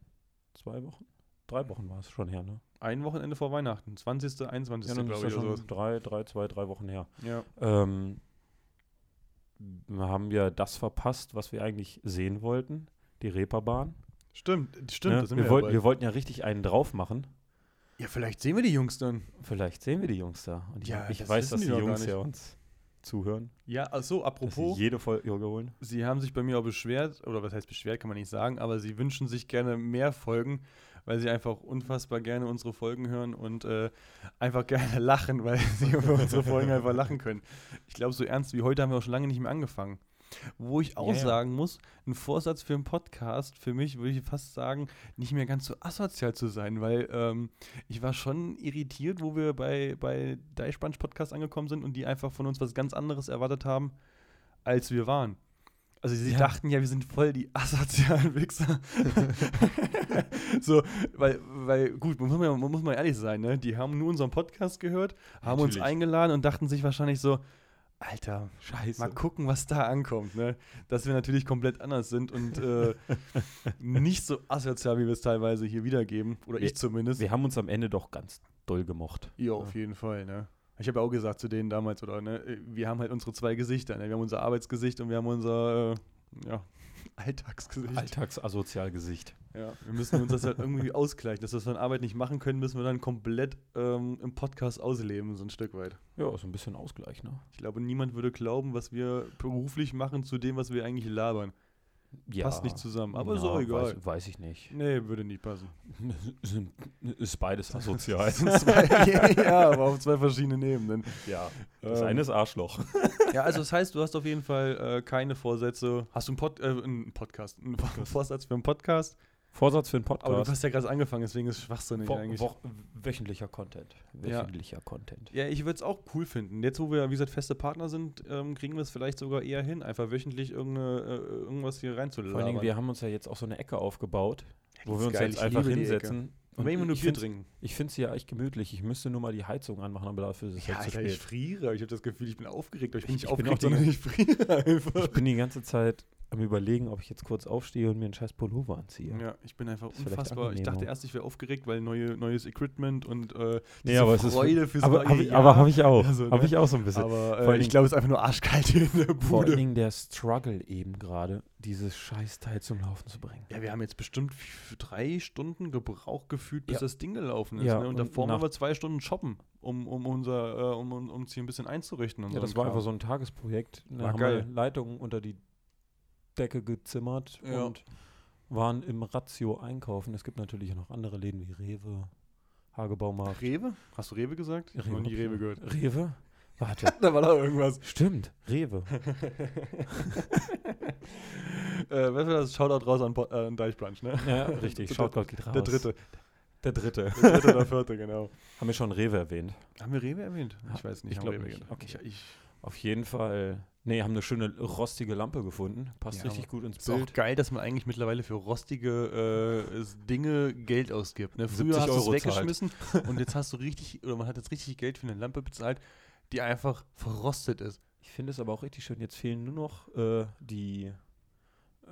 Speaker 2: Zwei Wochen? Drei Wochen war es schon her, ne?
Speaker 1: ein Wochenende vor Weihnachten, 20., 21.
Speaker 2: dann
Speaker 1: glaube
Speaker 2: ja
Speaker 1: ich. oder sowas.
Speaker 2: schon drei, drei, zwei, drei Wochen her.
Speaker 1: Ja.
Speaker 2: Ähm, wir haben ja das verpasst, was wir eigentlich sehen wollten, die Reeperbahn.
Speaker 1: Stimmt, stimmt,
Speaker 2: ne?
Speaker 1: da sind
Speaker 2: wir,
Speaker 1: wir, ja
Speaker 2: wollten,
Speaker 1: bald.
Speaker 2: wir wollten ja richtig einen drauf machen.
Speaker 1: Ja, vielleicht sehen wir die Jungs dann.
Speaker 2: Vielleicht sehen wir die Jungs da. Und ich,
Speaker 1: Ja,
Speaker 2: ich
Speaker 1: das
Speaker 2: weiß,
Speaker 1: wissen
Speaker 2: dass
Speaker 1: die
Speaker 2: die,
Speaker 1: doch gar
Speaker 2: Jungs
Speaker 1: nicht.
Speaker 2: ja uns zuhören.
Speaker 1: Ja, achso,
Speaker 2: Dass
Speaker 1: apropos.
Speaker 2: sie jede Folge holen.
Speaker 1: Sie haben sich bei mir auch beschwert, oder was heißt beschwert, kann man nicht sagen, aber sie wünschen sich gerne mehr Folgen, weil sie einfach unfassbar gerne unsere Folgen hören und äh, einfach gerne [LAUGHS] lachen, weil sie über unsere Folgen einfach lachen können. Ich glaube, so ernst wie heute haben wir auch schon lange nicht mehr angefangen. Wo ich auch
Speaker 2: Ja, ja.
Speaker 1: sagen muss, ein Vorsatz für einen Podcast, für mich würde ich fast sagen, nicht mehr ganz so asozial zu sein, weil ähm, ich war schon irritiert, wo wir bei, bei Deichspansch Podcast angekommen sind und die einfach von uns was ganz anderes erwartet haben, als wir waren. Also sie
Speaker 2: Ja.
Speaker 1: dachten ja, wir sind voll die asozialen
Speaker 2: [LAUGHS]
Speaker 1: Wichser. so, weil, weil, gut, man muss, mal, man muss mal ehrlich sein, ne? Die haben nur unseren Podcast gehört, haben uns
Speaker 2: Natürlich.
Speaker 1: eingeladen und dachten sich wahrscheinlich so, Alter,
Speaker 2: Scheiße.
Speaker 1: mal gucken, was da ankommt, ne? Dass wir natürlich komplett anders sind und
Speaker 2: [LAUGHS]
Speaker 1: äh, nicht so asozial, wie wir es teilweise hier wiedergeben. Oder ich
Speaker 2: Wir-
Speaker 1: zumindest.
Speaker 2: Wir haben uns am Ende doch ganz doll gemocht.
Speaker 1: Ja, auf jeden Fall, ne? Ich habe ja auch gesagt zu denen damals, oder, ne? äh, Wir haben halt unsere zwei Gesichter, ne? Wir haben unser Arbeitsgesicht und wir haben unser, äh, ja, [LAUGHS] Alltagsgesicht.
Speaker 2: Alltagsasozialgesicht.
Speaker 1: Ja, wir müssen uns das halt irgendwie ausgleichen. Dass wir das von Arbeit nicht machen können, müssen wir dann komplett ähm, im Podcast ausleben, so ein Stück weit.
Speaker 2: Ja, so ein bisschen Ausgleich, ne?
Speaker 1: Ich glaube, niemand würde glauben, was wir beruflich machen, zu dem, was wir eigentlich labern.
Speaker 2: Ja.
Speaker 1: Passt nicht zusammen, aber
Speaker 2: Na,
Speaker 1: so egal.
Speaker 2: Weiß, weiß ich
Speaker 1: [LAUGHS]
Speaker 2: nicht.
Speaker 1: Nee, würde nicht passen.
Speaker 2: Ist
Speaker 1: [LAUGHS]
Speaker 2: beides asozial.
Speaker 1: ja, aber auf zwei verschiedenen Ebenen.
Speaker 2: ja.
Speaker 1: Ähm,
Speaker 2: ist Arschloch.
Speaker 1: Ja, also das heißt, du hast auf jeden Fall äh, keine Vorsätze. Hast du einen, Pod, äh, einen Podcast, einen [LAUGHS] Vorsatz für einen Podcast?
Speaker 2: Vorsatz für einen Podcast.
Speaker 1: Aber du hast ja gerade angefangen, deswegen ist es schwachsinnig
Speaker 2: Wo-
Speaker 1: eigentlich.
Speaker 2: wo- wöchentlicher Content.
Speaker 1: Ja.
Speaker 2: Wöchentlicher Content.
Speaker 1: Ja, ich würde es auch cool finden. Jetzt, wo wir, wie gesagt, feste Partner sind, ähm, kriegen wir es vielleicht sogar eher hin, einfach wöchentlich irgendeine, äh, irgendwas hier
Speaker 2: Vor allen Dingen,
Speaker 1: reinzulabern.
Speaker 2: wir haben uns ja jetzt auch so eine Ecke aufgebaut, wo
Speaker 1: ist
Speaker 2: wir uns
Speaker 1: geil,
Speaker 2: jetzt
Speaker 1: ich
Speaker 2: einfach
Speaker 1: liebe die Ecke.
Speaker 2: hinsetzen.
Speaker 1: Und wenn wir nur
Speaker 2: ich
Speaker 1: Bier
Speaker 2: find's-
Speaker 1: trinken.
Speaker 2: Ich finde es ja echt gemütlich. Ich müsste nur mal die Heizung anmachen, aber dafür ist es
Speaker 1: Ja,
Speaker 2: halt zu
Speaker 1: Alter, ich
Speaker 2: spät.
Speaker 1: friere. Ich habe das Gefühl, ich bin aufgeregt. aber Ich bin
Speaker 2: Ich-
Speaker 1: nicht
Speaker 2: ich bin auch
Speaker 1: aufgeregt, sondern ich friere [LAUGHS] einfach.
Speaker 2: Ich bin die ganze Zeit am überlegen, ob ich jetzt kurz aufstehe und mir einen scheiß Pullover anziehe.
Speaker 1: Ja, ich bin einfach
Speaker 2: Ist vielleicht
Speaker 1: unfassbar. Ich
Speaker 2: angenehmer.
Speaker 1: dachte erst, ich wäre aufgeregt, weil neue, neues Equipment und äh,
Speaker 2: Nee,
Speaker 1: diese
Speaker 2: aber es ist-
Speaker 1: Freude fürs
Speaker 2: Aber
Speaker 1: neue
Speaker 2: habe ich,
Speaker 1: Jahr.
Speaker 2: aber hab ich auch.
Speaker 1: Also,
Speaker 2: Habe
Speaker 1: ne?
Speaker 2: ich auch so ein bisschen.
Speaker 1: Aber
Speaker 2: Vor allen
Speaker 1: äh, ich
Speaker 2: Dingen-
Speaker 1: glaube, es ist einfach nur arschkalt hier in der
Speaker 2: Vor allen
Speaker 1: Bude.
Speaker 2: Dingen der Struggle eben gerade, dieses scheiß Teil zum Laufen zu bringen.
Speaker 1: Ja, wir haben jetzt bestimmt f- drei Stunden Gebrauch gefühlt, bis
Speaker 2: Ja.
Speaker 1: das Ding gelaufen ist.
Speaker 2: Ja,
Speaker 1: ne? Und
Speaker 2: und
Speaker 1: davor waren
Speaker 2: nach-
Speaker 1: wir zwei Stunden shoppen, um, um unser, äh, um, um, um uns hier ein bisschen einzurichten. Und
Speaker 2: Ja,
Speaker 1: so
Speaker 2: das
Speaker 1: ein
Speaker 2: war
Speaker 1: Kram.
Speaker 2: einfach so ein Tagesprojekt. Da
Speaker 1: War
Speaker 2: haben
Speaker 1: geil.
Speaker 2: wir Leitungen unter die Decke gezimmert
Speaker 1: Ja.
Speaker 2: und waren im Ratio einkaufen. Es gibt natürlich noch andere Läden wie Rewe, Hagebaumarkt.
Speaker 1: Rewe? Hast du Rewe gesagt? Ich hab
Speaker 2: Rewe
Speaker 1: noch nie
Speaker 2: hab
Speaker 1: Rewe
Speaker 2: [LAUGHS]
Speaker 1: gehört.
Speaker 2: Rewe?
Speaker 1: [LAUGHS]
Speaker 2: Warte.
Speaker 1: Da war da irgendwas.
Speaker 2: Stimmt, Rewe.
Speaker 1: äh, was war das? Shoutout raus an, Po- äh, an Deichbrunch, ne?
Speaker 2: Ja, richtig.
Speaker 1: Der-
Speaker 2: Schaut Gott geht raus.
Speaker 1: Der dritte.
Speaker 2: Der dritte.
Speaker 1: Der dritte oder vierte,
Speaker 2: [LAUGHS]
Speaker 1: genau.
Speaker 2: Haben wir schon Rewe erwähnt.
Speaker 1: Haben wir Rewe erwähnt? Ich
Speaker 2: Ha-
Speaker 1: weiß nicht.
Speaker 2: ich
Speaker 1: haben
Speaker 2: glaub
Speaker 1: Rewe
Speaker 2: nicht.
Speaker 1: erwähnt.
Speaker 2: Okay.
Speaker 1: Ich, ich,
Speaker 2: Auf jeden Fall. Nee, haben eine schöne rostige Lampe gefunden. Passt
Speaker 1: Ja,
Speaker 2: richtig gut ins
Speaker 1: ist auch
Speaker 2: Bild.
Speaker 1: geil, dass man eigentlich mittlerweile für rostige äh, es- Dinge Geld ausgibt. Ne? Früher
Speaker 2: 70
Speaker 1: hast du es
Speaker 2: Euro
Speaker 1: [LAUGHS]
Speaker 2: zahlt.
Speaker 1: weggeschmissen und jetzt hast du richtig, oder man hat jetzt richtig Geld für eine Lampe bezahlt, die einfach verrostet ist.
Speaker 2: Ich finde es aber auch richtig schön. Jetzt fehlen nur noch äh, die, äh,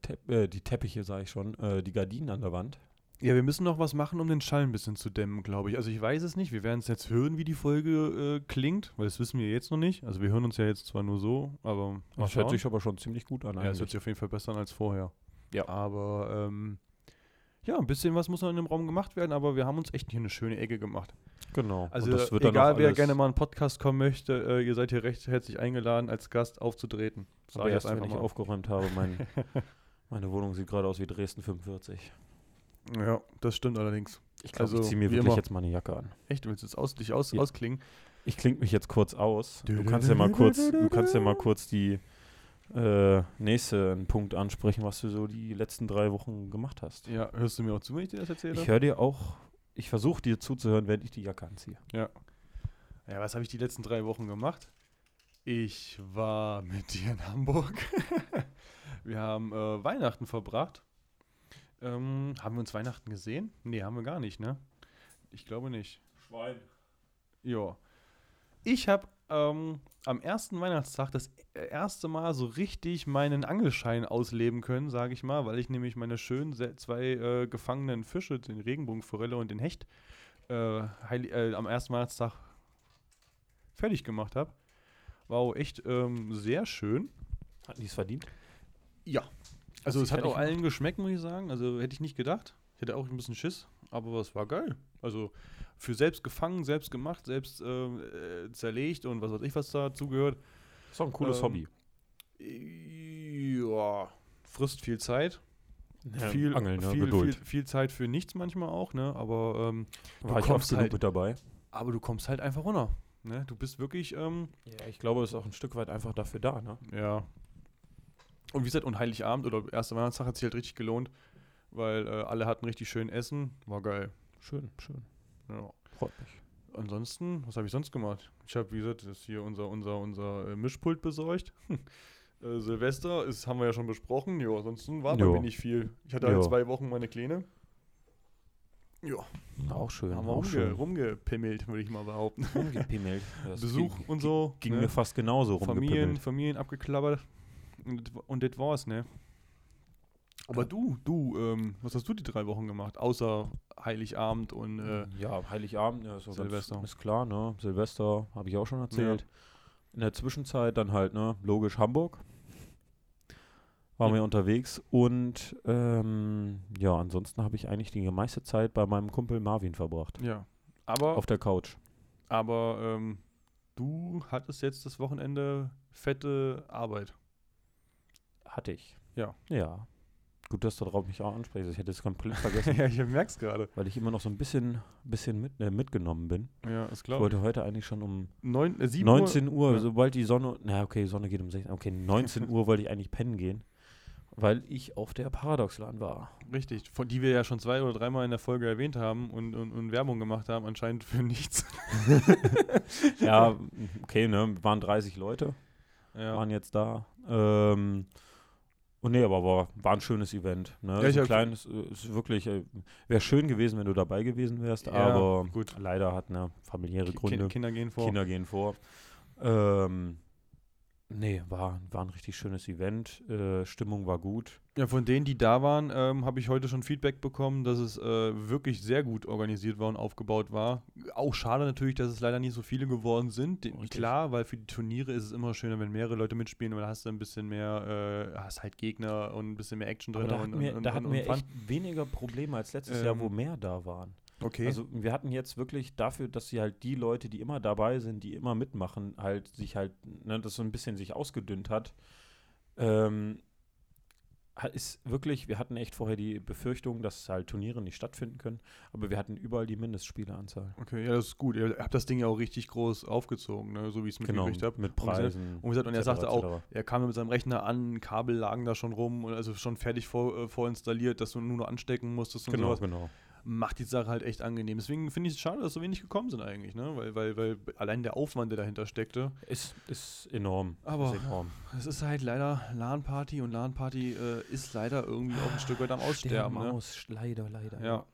Speaker 2: Tepp- äh, die Teppiche, sage ich schon, äh, die Gardinen an der Wand.
Speaker 1: Ja, wir müssen noch was machen, um den Schall ein bisschen zu dämmen, glaube ich. Also ich weiß es nicht. Wir werden es jetzt hören, wie die Folge äh, klingt, weil das wissen wir jetzt noch nicht. Also wir hören uns ja jetzt zwar nur so, aber mal
Speaker 2: Das
Speaker 1: schauen.
Speaker 2: Oh, hört sich aber schon ziemlich gut an.
Speaker 1: Ja, es hört
Speaker 2: eigentlich.
Speaker 1: sich auf jeden Fall besser an als vorher.
Speaker 2: Ja.
Speaker 1: Aber ähm, ja, ein bisschen was muss noch in dem Raum gemacht werden, aber wir haben uns echt hier eine schöne Ecke gemacht.
Speaker 2: genau.
Speaker 1: Also
Speaker 2: Und das wird dann
Speaker 1: egal,
Speaker 2: auch
Speaker 1: wer
Speaker 2: alles-
Speaker 1: gerne mal einen Podcast kommen möchte, äh, ihr seid hier recht herzlich eingeladen, als Gast aufzutreten. Sag
Speaker 2: aber
Speaker 1: ich
Speaker 2: erst,
Speaker 1: jetzt
Speaker 2: wenn ich aufgeräumt habe,
Speaker 1: [LAUGHS]
Speaker 2: mein, meine Wohnung sieht gerade aus wie Dresden 45.
Speaker 1: Ja, das stimmt allerdings.
Speaker 2: Ich glaube,
Speaker 1: Also,
Speaker 2: ich ziehe mir
Speaker 1: wie
Speaker 2: wirklich
Speaker 1: immer.
Speaker 2: jetzt mal eine Jacke an.
Speaker 1: Echt, du willst jetzt aus, dich aus,
Speaker 2: Ja.
Speaker 1: ausklingen?
Speaker 2: Ich klinge mich jetzt kurz aus.
Speaker 1: Du-
Speaker 2: Du
Speaker 1: du-
Speaker 2: kannst
Speaker 1: du- [LAUGHS]
Speaker 2: ja mal
Speaker 1: du-
Speaker 2: kurz,
Speaker 1: du- du-
Speaker 2: du kannst ja mal kurz die äh, nächste Punkt ansprechen, was du so die letzten drei Wochen gemacht hast.
Speaker 1: Ja, hörst du mir auch zu, wenn ich dir das erzähle?
Speaker 2: Ich höre dir auch, ich versuche dir zuzuhören, während ich die Jacke anziehe.
Speaker 1: Ja, was habe ich die letzten drei Wochen gemacht? Ich war mit dir in Hamburg. [LAUGHS] wir haben äh, Weihnachten verbracht. Ähm, haben wir uns Weihnachten gesehen? Nee, haben wir gar nicht, ne? Ich glaube nicht.
Speaker 2: Schwein.
Speaker 1: Ja. Ich habe ähm, am ersten Weihnachtstag das äh, erste Mal so richtig meinen Angelschein ausleben können, sage ich mal, weil ich nämlich meine schönen se- zwei äh, gefangenen Fische, den Regenbogenforelle und den Hecht, äh, heili- äh, am ersten Weihnachtstag fertig gemacht habe. Wow, echt ähm, sehr schön.
Speaker 2: Hatten die es verdient?
Speaker 1: Ja. Also
Speaker 2: Hast
Speaker 1: es
Speaker 2: du
Speaker 1: hat
Speaker 2: fertig
Speaker 1: auch allen geschmeckt, muss ich sagen. Also hätte ich nicht gedacht. Ich hätte auch ein bisschen Schiss, aber es war geil. Also für selbst gefangen, selbst gemacht, selbst äh, äh, zerlegt und was weiß ich, was dazu gehört.
Speaker 2: Ist auch ein cooles
Speaker 1: Ähm,
Speaker 2: Hobby.
Speaker 1: Ja, frisst viel Zeit. viel,
Speaker 2: Angeln, ne?
Speaker 1: viel, viel,
Speaker 2: Geduld.
Speaker 1: viel Zeit für nichts manchmal auch, ne? Aber, ähm,
Speaker 2: War ich
Speaker 1: kommst
Speaker 2: oft genug
Speaker 1: halt-
Speaker 2: mit dabei.
Speaker 1: aber du kommst halt einfach runter. Ne? Du bist wirklich, ähm,
Speaker 2: Ja, ich glaube, es ist auch ein Stück weit einfach dafür da, ne?
Speaker 1: Ja. Und wie gesagt, und Heiligabend oder erster Weihnachtstag hat sich halt richtig gelohnt, weil äh, alle hatten richtig schön Essen. War geil.
Speaker 2: Schön, schön.
Speaker 1: Ja.
Speaker 2: Freut mich.
Speaker 1: Ansonsten, was habe ich sonst gemacht? Ich habe, wie gesagt, das hier unser, unser, unser äh, Mischpult besorgt. [LAUGHS] äh, Silvester, ist, haben wir ja schon besprochen. Jo, ansonsten war bei
Speaker 2: Jo.
Speaker 1: mir nicht viel. Ich hatte halt
Speaker 2: Jo.
Speaker 1: zwei Wochen meine Kleine. Ja,
Speaker 2: Auch schön.
Speaker 1: haben wir
Speaker 2: auch
Speaker 1: rumge
Speaker 2: Genau, schön.
Speaker 1: rumgepimmelt, würde ich mal behaupten.
Speaker 2: [LAUGHS] Rumgepimmelt. Das
Speaker 1: Besuch
Speaker 2: ging,
Speaker 1: und so.
Speaker 2: ging
Speaker 1: ne?
Speaker 2: mir fast genauso
Speaker 1: Familien,
Speaker 2: rumgepimmelt.
Speaker 1: Familien abgeklappert und, das wa- und das war's, ne? Aber
Speaker 2: Ja.
Speaker 1: du, du, ähm, was hast du die drei Wochen gemacht? Außer Heiligabend und äh,
Speaker 2: ja, Heiligabend, ja, ist, auch
Speaker 1: Silvester.
Speaker 2: Ganz, ist klar, ne? Silvester habe ich auch schon erzählt. In der Zwischenzeit dann halt, ne? Logisch Hamburg. Waren
Speaker 1: Ja.
Speaker 2: wir unterwegs und ähm, ja, ansonsten habe ich eigentlich die meiste Zeit bei meinem Kumpel Marvin verbracht.
Speaker 1: ja. Aber,
Speaker 2: Auf der Couch.
Speaker 1: aber ähm, du hattest jetzt das Wochenende fette Arbeit.
Speaker 2: Hatte ich.
Speaker 1: Ja.
Speaker 2: Ja. Gut, dass du darauf mich auch ansprichst. Ich hätte es komplett
Speaker 1: [LAUGHS]
Speaker 2: vergessen,
Speaker 1: [LAUGHS] ja, ich merk's gerade.
Speaker 2: weil ich immer noch so ein bisschen, bisschen mit, äh, mitgenommen bin.
Speaker 1: Ja, ist
Speaker 2: Ich
Speaker 1: klar.
Speaker 2: wollte heute eigentlich schon um
Speaker 1: Neun, äh, 7 Uhr.
Speaker 2: 19 Uhr,
Speaker 1: Ja.
Speaker 2: sobald die Sonne, na okay, die Sonne geht um 16, okay, [LAUGHS] 19 Uhr wollte ich eigentlich pennen gehen, weil ich auf der Paradoxlan war.
Speaker 1: Richtig, von die wir ja schon zwei oder dreimal in der Folge erwähnt haben und, und, und Werbung gemacht haben, anscheinend für nichts.
Speaker 2: Ja, okay, ne, waren 30 Leute,
Speaker 1: Ja.
Speaker 2: waren jetzt da. Ähm, und nee, aber war, war ein schönes Event. Ne?
Speaker 1: ich
Speaker 2: ist ein
Speaker 1: hab-
Speaker 2: kleines, äh, ist wirklich, äh, wäre schön gewesen, wenn du dabei gewesen wärst,
Speaker 1: Ja,
Speaker 2: aber
Speaker 1: gut.
Speaker 2: leider hat, ne, familiäre
Speaker 1: Ki-
Speaker 2: Gründe.
Speaker 1: Kin- Kinder gehen vor.
Speaker 2: Kinder gehen vor. Ähm, nee, war, war ein richtig schönes Event. Äh, Stimmung war gut.
Speaker 1: Ja, von denen, die da waren, ähm, habe ich heute schon Feedback bekommen, dass es äh, wirklich sehr gut organisiert war und aufgebaut war. Auch schade natürlich, dass es leider nicht so viele geworden sind. De-
Speaker 2: Richtig.
Speaker 1: Klar, weil für die Turniere ist es immer schöner, wenn mehrere Leute mitspielen, weil da hast du ein bisschen mehr, äh, hast halt Gegner und ein bisschen mehr Action drin.
Speaker 2: Aber da
Speaker 1: und,
Speaker 2: hatten wir,
Speaker 1: und,
Speaker 2: da hatten
Speaker 1: und,
Speaker 2: wir
Speaker 1: und Fun.
Speaker 2: echt weniger Probleme als letztes Jahr, wo
Speaker 1: Ähm,
Speaker 2: mehr da waren.
Speaker 1: Okay.
Speaker 2: Also wir hatten jetzt wirklich dafür, dass sie halt die Leute, die immer dabei sind, die immer mitmachen, halt sich halt, ne, das so ein bisschen sich ausgedünnt hat. Ähm, ha- ist wirklich, wir hatten echt vorher die Befürchtung, dass halt Turniere nicht stattfinden können, aber wir hatten überall die Mindestspieleranzahl.
Speaker 1: okay, ja, das ist gut. Ihr habt das Ding ja auch richtig groß aufgezogen, ne? so wie ich es
Speaker 2: Genau.
Speaker 1: mitgekriegt habe.
Speaker 2: mit
Speaker 1: Und wir-
Speaker 2: Preisen.
Speaker 1: Und, wie gesagt, und er
Speaker 2: etc.,
Speaker 1: sagte auch,
Speaker 2: etc..
Speaker 1: Er kam mit seinem Rechner an, Kabel lagen da schon rum, und also schon fertig vor, äh, vorinstalliert, dass du nur noch anstecken musstest und
Speaker 2: Genau,
Speaker 1: sowas.
Speaker 2: genau.
Speaker 1: Macht die Sache halt echt angenehm. Deswegen finde ich es schade, dass so wenig gekommen sind eigentlich, ne? Weil, weil, weil allein der Aufwand, der dahinter steckte.
Speaker 2: Ist, ist enorm.
Speaker 1: Aber-
Speaker 2: ist enorm.
Speaker 1: Es ist halt leider LAN-Party und LAN-Party äh, ist leider irgendwie auch ein Stück weit am Aussterben. Ne?
Speaker 2: aus, leider, leider.
Speaker 1: Ja.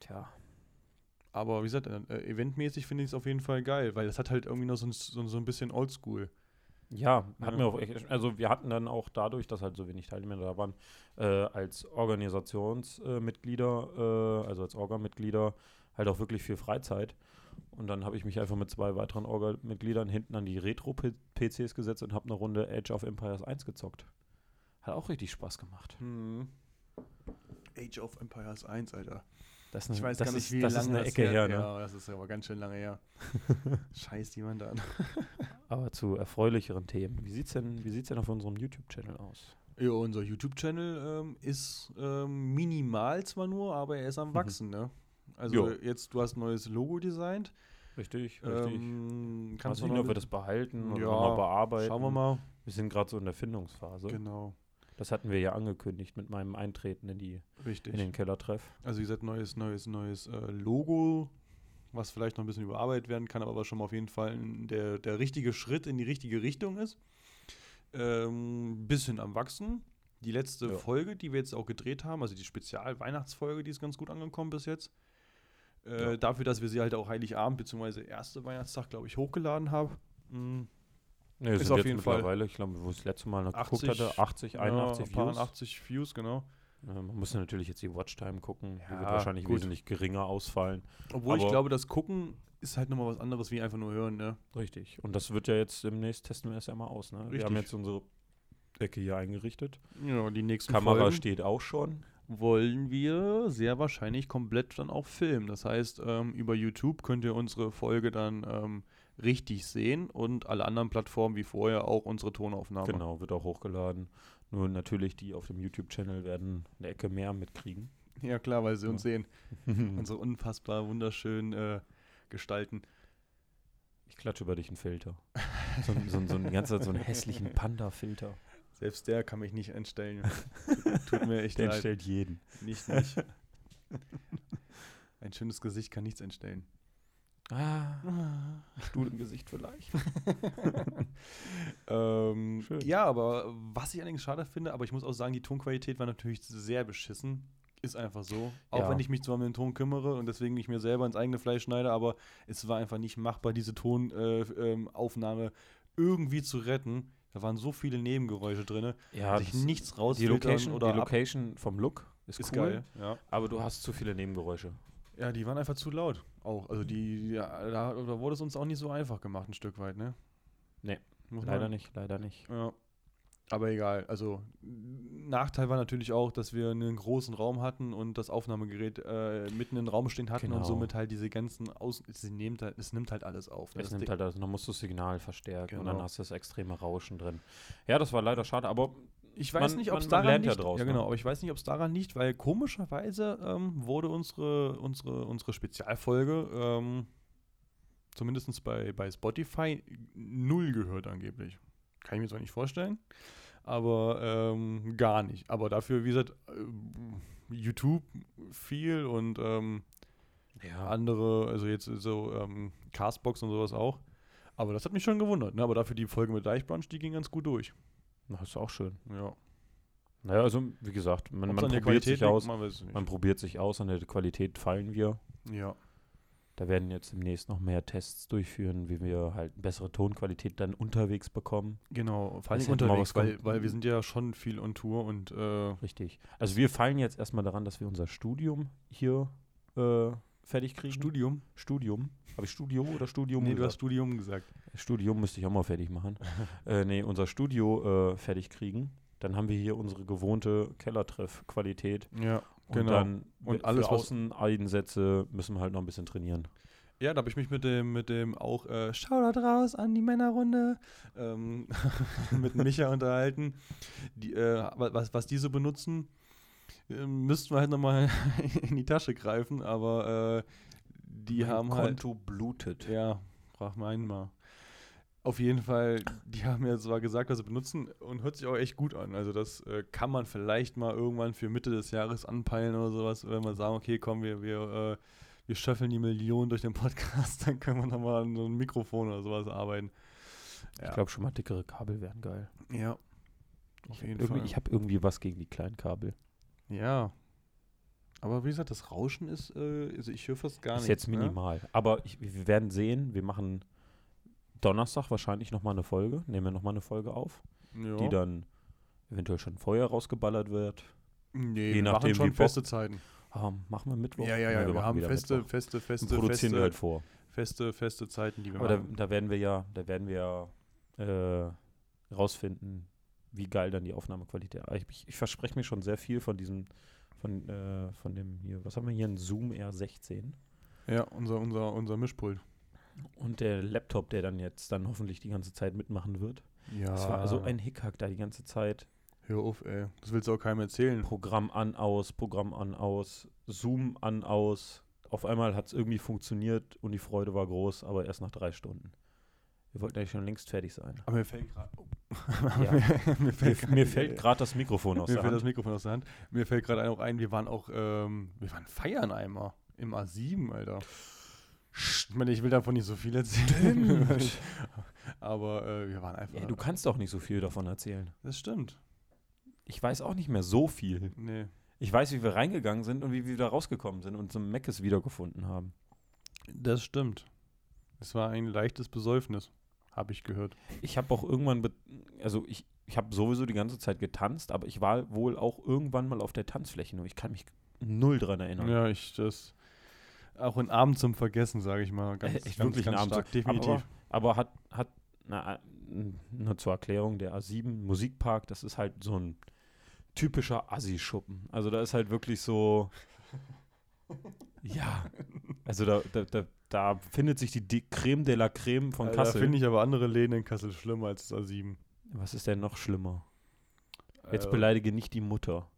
Speaker 2: Tja.
Speaker 1: Aber wie gesagt, äh, eventmäßig finde ich es auf jeden Fall geil, weil das hat halt irgendwie noch so ein, so, so ein bisschen Oldschool.
Speaker 2: Ja, hat
Speaker 1: Ja.
Speaker 2: mir auch echt, also wir hatten dann auch dadurch, dass halt so wenig Teilnehmer da waren, äh, als Organisationsmitglieder, äh, Mitglieder, äh, also als Orga-Mitglieder, halt auch wirklich viel Freizeit. Und dann habe ich mich einfach mit zwei weiteren Orga-Mitgliedern hinten an die Retro-PCs gesetzt und habe eine Runde Age of Empires 1 gezockt. Hat auch richtig Spaß gemacht.
Speaker 1: Age of Empires 1, Alter.
Speaker 2: Das ist
Speaker 1: Ich weiß
Speaker 2: das
Speaker 1: gar nicht,
Speaker 2: ist,
Speaker 1: wie
Speaker 2: das
Speaker 1: lange
Speaker 2: ist eine
Speaker 1: das
Speaker 2: Ecke her, ne?
Speaker 1: Ja, das ist aber ganz schön lange
Speaker 2: [LAUGHS]
Speaker 1: her. Scheiß jemand an.
Speaker 2: Aber zu erfreulicheren Themen. Wie sieht's denn, wie sieht's denn auf unserem YouTube-Channel aus?
Speaker 1: Ja, unser YouTube-Channel ähm, ist ähm, minimal zwar nur, aber er ist am
Speaker 2: Mhm.
Speaker 1: Wachsen, ne? Also
Speaker 2: Jo.
Speaker 1: jetzt, du hast ein neues Logo designt.
Speaker 2: Richtig,
Speaker 1: Ähm,
Speaker 2: Kannst
Speaker 1: kannst
Speaker 2: du
Speaker 1: du
Speaker 2: nicht,
Speaker 1: noch
Speaker 2: ob wir
Speaker 1: mit,
Speaker 2: das behalten oder
Speaker 1: Ja,
Speaker 2: nochmal bearbeiten?
Speaker 1: Schauen wir mal.
Speaker 2: Wir sind gerade so in der Findungsphase.
Speaker 1: Genau,
Speaker 2: Das hatten wir ja angekündigt mit meinem Eintreten in, die, in
Speaker 1: richtig.
Speaker 2: den Kellertreff.
Speaker 1: Also wie gesagt, neues, neues, neues äh, Logo, was vielleicht noch ein bisschen überarbeitet werden kann, aber was schon mal auf jeden Fall ein- der, der richtige Schritt in die richtige Richtung ist. Ähm, bisschen am Wachsen. Die letzte
Speaker 2: Ja.
Speaker 1: Folge, die wir jetzt auch gedreht haben, also die Spezial-Weihnachtsfolge, die ist ganz gut angekommen bis jetzt. Äh,
Speaker 2: Ja.
Speaker 1: Dafür, dass wir sie halt auch Heiligabend bzw. erste Weihnachtstag, glaube ich, hochgeladen haben. Mhm.
Speaker 2: Nee,
Speaker 1: Ist
Speaker 2: sind
Speaker 1: auf
Speaker 2: jetzt
Speaker 1: jeden Fall.
Speaker 2: mittlerweile, ich glaube, wo ich das letzte Mal noch geguckt
Speaker 1: 80,
Speaker 2: hatte, 80, 81
Speaker 1: ja,
Speaker 2: Views.
Speaker 1: 80 Views, genau.
Speaker 2: Äh, Man muss natürlich jetzt die Watchtime gucken. die wird
Speaker 1: Ja,
Speaker 2: wahrscheinlich
Speaker 1: gut.
Speaker 2: wesentlich geringer ausfallen.
Speaker 1: Obwohl ich
Speaker 2: Aber-
Speaker 1: glaube, das Gucken ist halt nochmal was anderes, wie einfach nur hören, ne?
Speaker 2: Richtig. Und das wird ja jetzt demnächst testen wir es ja mal aus. Ne? Wir haben
Speaker 1: Richtig.
Speaker 2: jetzt unsere Ecke hier eingerichtet.
Speaker 1: Ja, die nächsten
Speaker 2: Kamera
Speaker 1: Folgen.
Speaker 2: steht auch schon.
Speaker 1: wollen wir sehr wahrscheinlich komplett dann auch filmen. Das heißt, ähm, über YouTube könnt ihr unsere Folge dann ähm, richtig sehen und alle anderen Plattformen wie vorher auch unsere Tonaufnahme.
Speaker 2: Genau, wird auch hochgeladen. Nur natürlich die auf dem YouTube-Channel werden eine Ecke mehr [LAUGHS] mitkriegen.
Speaker 1: Ja Mhm. klar, weil sie uns
Speaker 2: Ja.
Speaker 1: sehen. Unsere unfassbar wunderschönen äh, Gestalten.
Speaker 2: Ich klatsche über dich einen Filter. So, ein- so, ein- so, ein ganzer, so einen hässlichen Panda-Filter.
Speaker 1: Selbst der kann mich nicht [LAUGHS] entstellen. Tut mir echt
Speaker 2: Der
Speaker 1: leid.
Speaker 2: entstellt jeden.
Speaker 1: Nicht, nicht. Ein schönes Gesicht kann nichts entstellen.
Speaker 2: Ah, Stuhl im Gesicht
Speaker 1: [LAUGHS]
Speaker 2: vielleicht.
Speaker 1: Ähm,
Speaker 2: Schön.
Speaker 1: ja, aber was ich allerdings schade finde, aber ich muss auch sagen, die Tonqualität war natürlich sehr beschissen. Ist einfach so. Auch
Speaker 2: Ja.
Speaker 1: wenn ich mich zwar um den Ton kümmere und deswegen nicht mir selber ins eigene Fleisch schneide, aber es war einfach nicht machbar, diese Tonaufnahme äh, ähm, Aufnahme irgendwie zu retten. Da waren so viele Nebengeräusche drin,
Speaker 2: Ja,
Speaker 1: dass ich nichts
Speaker 2: die
Speaker 1: rausfiltern
Speaker 2: Location,
Speaker 1: oder
Speaker 2: die
Speaker 1: ab-
Speaker 2: Location vom Look ist,
Speaker 1: ist
Speaker 2: cool,
Speaker 1: geil. Mhm. Ja.
Speaker 2: aber du hast zu viele Nebengeräusche.
Speaker 1: ja, die waren einfach zu laut. Auch, also die, ja, da, da wurde es uns auch nicht so einfach gemacht, ein Stück weit, ne?
Speaker 2: Nee,
Speaker 1: Muss man-
Speaker 2: Leider nicht, leider nicht.
Speaker 1: Ja. Aber egal. Also, Nachteil war natürlich auch, dass wir einen großen Raum hatten und das Aufnahmegerät äh, mitten im Raum stehen hatten und
Speaker 2: Genau.
Speaker 1: somit halt diese ganzen Aus. Es nimmt halt, es nimmt halt alles auf. ne?
Speaker 2: Es
Speaker 1: Das
Speaker 2: nimmt
Speaker 1: Ding-
Speaker 2: halt, also, dann musst du das Signal verstärken und dann
Speaker 1: Genau.
Speaker 2: hast du das extreme Rauschen drin. Ja, das war leider schade, aber
Speaker 1: Ich weiß
Speaker 2: man-
Speaker 1: nicht,
Speaker 2: man-
Speaker 1: ob es
Speaker 2: man
Speaker 1: daran
Speaker 2: lernt ja
Speaker 1: liegt.
Speaker 2: draus,
Speaker 1: ja,
Speaker 2: ne?
Speaker 1: genau, aber ich weiß nicht, ob es daran liegt, weil komischerweise ähm, wurde unsere, unsere, unsere Spezialfolge ähm, zumindest bei, bei Spotify null gehört angeblich. Kann ich mir zwar nicht vorstellen, aber ähm, gar nicht. Aber dafür, wie gesagt, äh, YouTube viel und ähm,
Speaker 2: Ja.
Speaker 1: andere, also jetzt so ähm, Castbox und sowas auch. Aber das hat mich schon gewundert. Ne? Aber dafür die Folge mit Deichbrunch, die ging ganz gut durch.
Speaker 2: Na, ist auch schön.
Speaker 1: Ja.
Speaker 2: Naja, also wie gesagt, man,
Speaker 1: Ob's
Speaker 2: man
Speaker 1: an der
Speaker 2: probiert
Speaker 1: Qualität
Speaker 2: sich
Speaker 1: liegt,
Speaker 2: aus.
Speaker 1: Man weiß es nicht.
Speaker 2: Man probiert sich aus, an der Qualität fallen wir.
Speaker 1: ja.
Speaker 2: Da werden jetzt demnächst noch mehr Tests durchführen, wie wir halt bessere Tonqualität dann unterwegs bekommen.
Speaker 1: Genau, vor allem
Speaker 2: Dass halt mal
Speaker 1: unterwegs,
Speaker 2: was
Speaker 1: weil,
Speaker 2: kommt.
Speaker 1: weil wir sind ja schon viel on Tour und äh,
Speaker 2: Richtig. Also wir fallen jetzt erstmal daran, dass wir unser Studium hier äh, fertig kriegen.
Speaker 1: Studium.
Speaker 2: Studium. Habe ich Studio oder Studium?
Speaker 1: Nee, du hast
Speaker 2: gesagt?
Speaker 1: Studium gesagt.
Speaker 2: Studium müsste ich auch mal
Speaker 1: [LAUGHS]
Speaker 2: fertig machen. äh, nee, unser Studio äh, fertig kriegen. Dann haben wir hier unsere gewohnte Kellertreff-Qualität.
Speaker 1: Ja.
Speaker 2: Und
Speaker 1: Genau.
Speaker 2: dann
Speaker 1: Und
Speaker 2: für
Speaker 1: alles, was-
Speaker 2: Außeneinsätze müssen wir halt noch ein bisschen trainieren.
Speaker 1: Ja, da habe ich mich mit dem, mit dem auch äh, Shoutout raus an die Männerrunde ähm, [LAUGHS] mit Micha unterhalten. Die, äh, wa- was, was die so benutzen, äh, müssten wir halt nochmal [LAUGHS] in die Tasche greifen, aber äh, die haben halt.
Speaker 2: Konto blutet.
Speaker 1: Ja, frag meinen mal. Auf jeden Fall, die haben ja zwar gesagt, was sie benutzen und hört sich auch echt gut an. Also das äh, kann man vielleicht mal irgendwann für Mitte des Jahres anpeilen oder sowas, wenn wir sagen, okay, komm, wir, wir, äh, wir schöffeln die Millionen durch den [LAUGHS] Podcast, dann können wir nochmal an so ein Mikrofon oder sowas arbeiten. Ja,
Speaker 2: Ich glaube schon mal dickere Kabel wären geil.
Speaker 1: ja. auf jeden
Speaker 2: Irgendwie,
Speaker 1: Fall.
Speaker 2: ich habe irgendwie was gegen die kleinen Kabel.
Speaker 1: Ja. Aber wie gesagt, das Rauschen ist, äh, also ich höre fast gar
Speaker 2: ist
Speaker 1: nichts.
Speaker 2: jetzt
Speaker 1: ne?
Speaker 2: minimal. Aber ich, wir werden sehen. Wir machen Donnerstag wahrscheinlich nochmal eine Folge. Nehmen wir nochmal eine Folge auf,
Speaker 1: Ja.
Speaker 2: die dann eventuell schon vorher rausgeballert wird.
Speaker 1: nee,
Speaker 2: je
Speaker 1: wir machen
Speaker 2: nachdem,
Speaker 1: schon
Speaker 2: wie Bock-
Speaker 1: feste Zeiten.
Speaker 2: Ah, machen wir Mittwoch?
Speaker 1: Ja, ja, ja, wir,
Speaker 2: machen
Speaker 1: haben
Speaker 2: wieder
Speaker 1: feste,
Speaker 2: Mittwoch.
Speaker 1: feste,
Speaker 2: Und
Speaker 1: feste,
Speaker 2: produzieren
Speaker 1: feste,
Speaker 2: wir halt vor.
Speaker 1: feste, feste Zeiten, die wir
Speaker 2: Aber da,
Speaker 1: machen.
Speaker 2: da werden wir ja, da werden wir ja äh, rausfinden, wie geil dann die Aufnahmequalität. Aber Ich, ich, ich verspreche mir schon sehr viel von diesem, von, äh, von dem hier, was haben wir hier? Ein Zoom R16.
Speaker 1: Ja, unser, unser, unser Mischpult.
Speaker 2: Und der Laptop, der dann jetzt dann hoffentlich die ganze Zeit mitmachen wird.
Speaker 1: Ja.
Speaker 2: Es war
Speaker 1: Ah.
Speaker 2: so ein Hickhack da die ganze Zeit.
Speaker 1: Hör auf, ey. Das willst du auch keinem erzählen.
Speaker 2: Programm an, aus, Programm an, aus, Zoom an, aus. Auf einmal hat es irgendwie funktioniert und die Freude war groß, aber erst nach drei Stunden. Wir wollten eigentlich schon längst fertig sein.
Speaker 1: [LAUGHS] Aber mir fällt gerade.
Speaker 2: Ja.
Speaker 1: mir
Speaker 2: Mir,
Speaker 1: grad-
Speaker 2: mir fällt gerade das Mikrofon aus
Speaker 1: mir
Speaker 2: der
Speaker 1: fällt das
Speaker 2: Hand.
Speaker 1: Mikrofon aus der Hand. Mir fällt gerade auch ein, wir waren auch, ähm, wir waren feiern einmal im A7, Alter. Ich meine, ich will davon nicht so viel erzählen. [LAUGHS] Aber äh, wir waren einfach.
Speaker 2: Ey, du kannst doch nicht so viel davon erzählen.
Speaker 1: das stimmt.
Speaker 2: Ich weiß auch nicht mehr so viel.
Speaker 1: Nee.
Speaker 2: Ich weiß, wie wir reingegangen sind und wie wir wieder rausgekommen sind und zum Meckes wiedergefunden haben.
Speaker 1: Das stimmt. Es war ein leichtes Besäufnis, habe ich gehört.
Speaker 2: Ich habe auch irgendwann, be- also ich, ich habe sowieso die ganze Zeit getanzt, aber ich war wohl auch irgendwann mal auf der Tanzfläche, nur ich kann mich null dran erinnern. Äh,
Speaker 1: Ja, ich das. Auch ein Abend zum Vergessen, sage ich mal. Ganz,
Speaker 2: [LAUGHS] Echt
Speaker 1: ganz,
Speaker 2: wirklich
Speaker 1: ganz
Speaker 2: ein Abend.
Speaker 1: stark,
Speaker 2: so-
Speaker 1: definitiv.
Speaker 2: Aber, aber hat, hat na, nur zur Erklärung, der A7 Musikpark, das ist halt so ein typischer Assi-Schuppen. Also da ist halt wirklich so, ja, also da, da, da, da findet sich die, die Creme de la Creme von
Speaker 1: Alter,
Speaker 2: Kassel.
Speaker 1: Äh, finde ich aber andere Läden in Kassel schlimmer als das A7.
Speaker 2: Was ist denn noch schlimmer? Jetzt
Speaker 1: Äh,
Speaker 2: beleidige nicht die Mutter.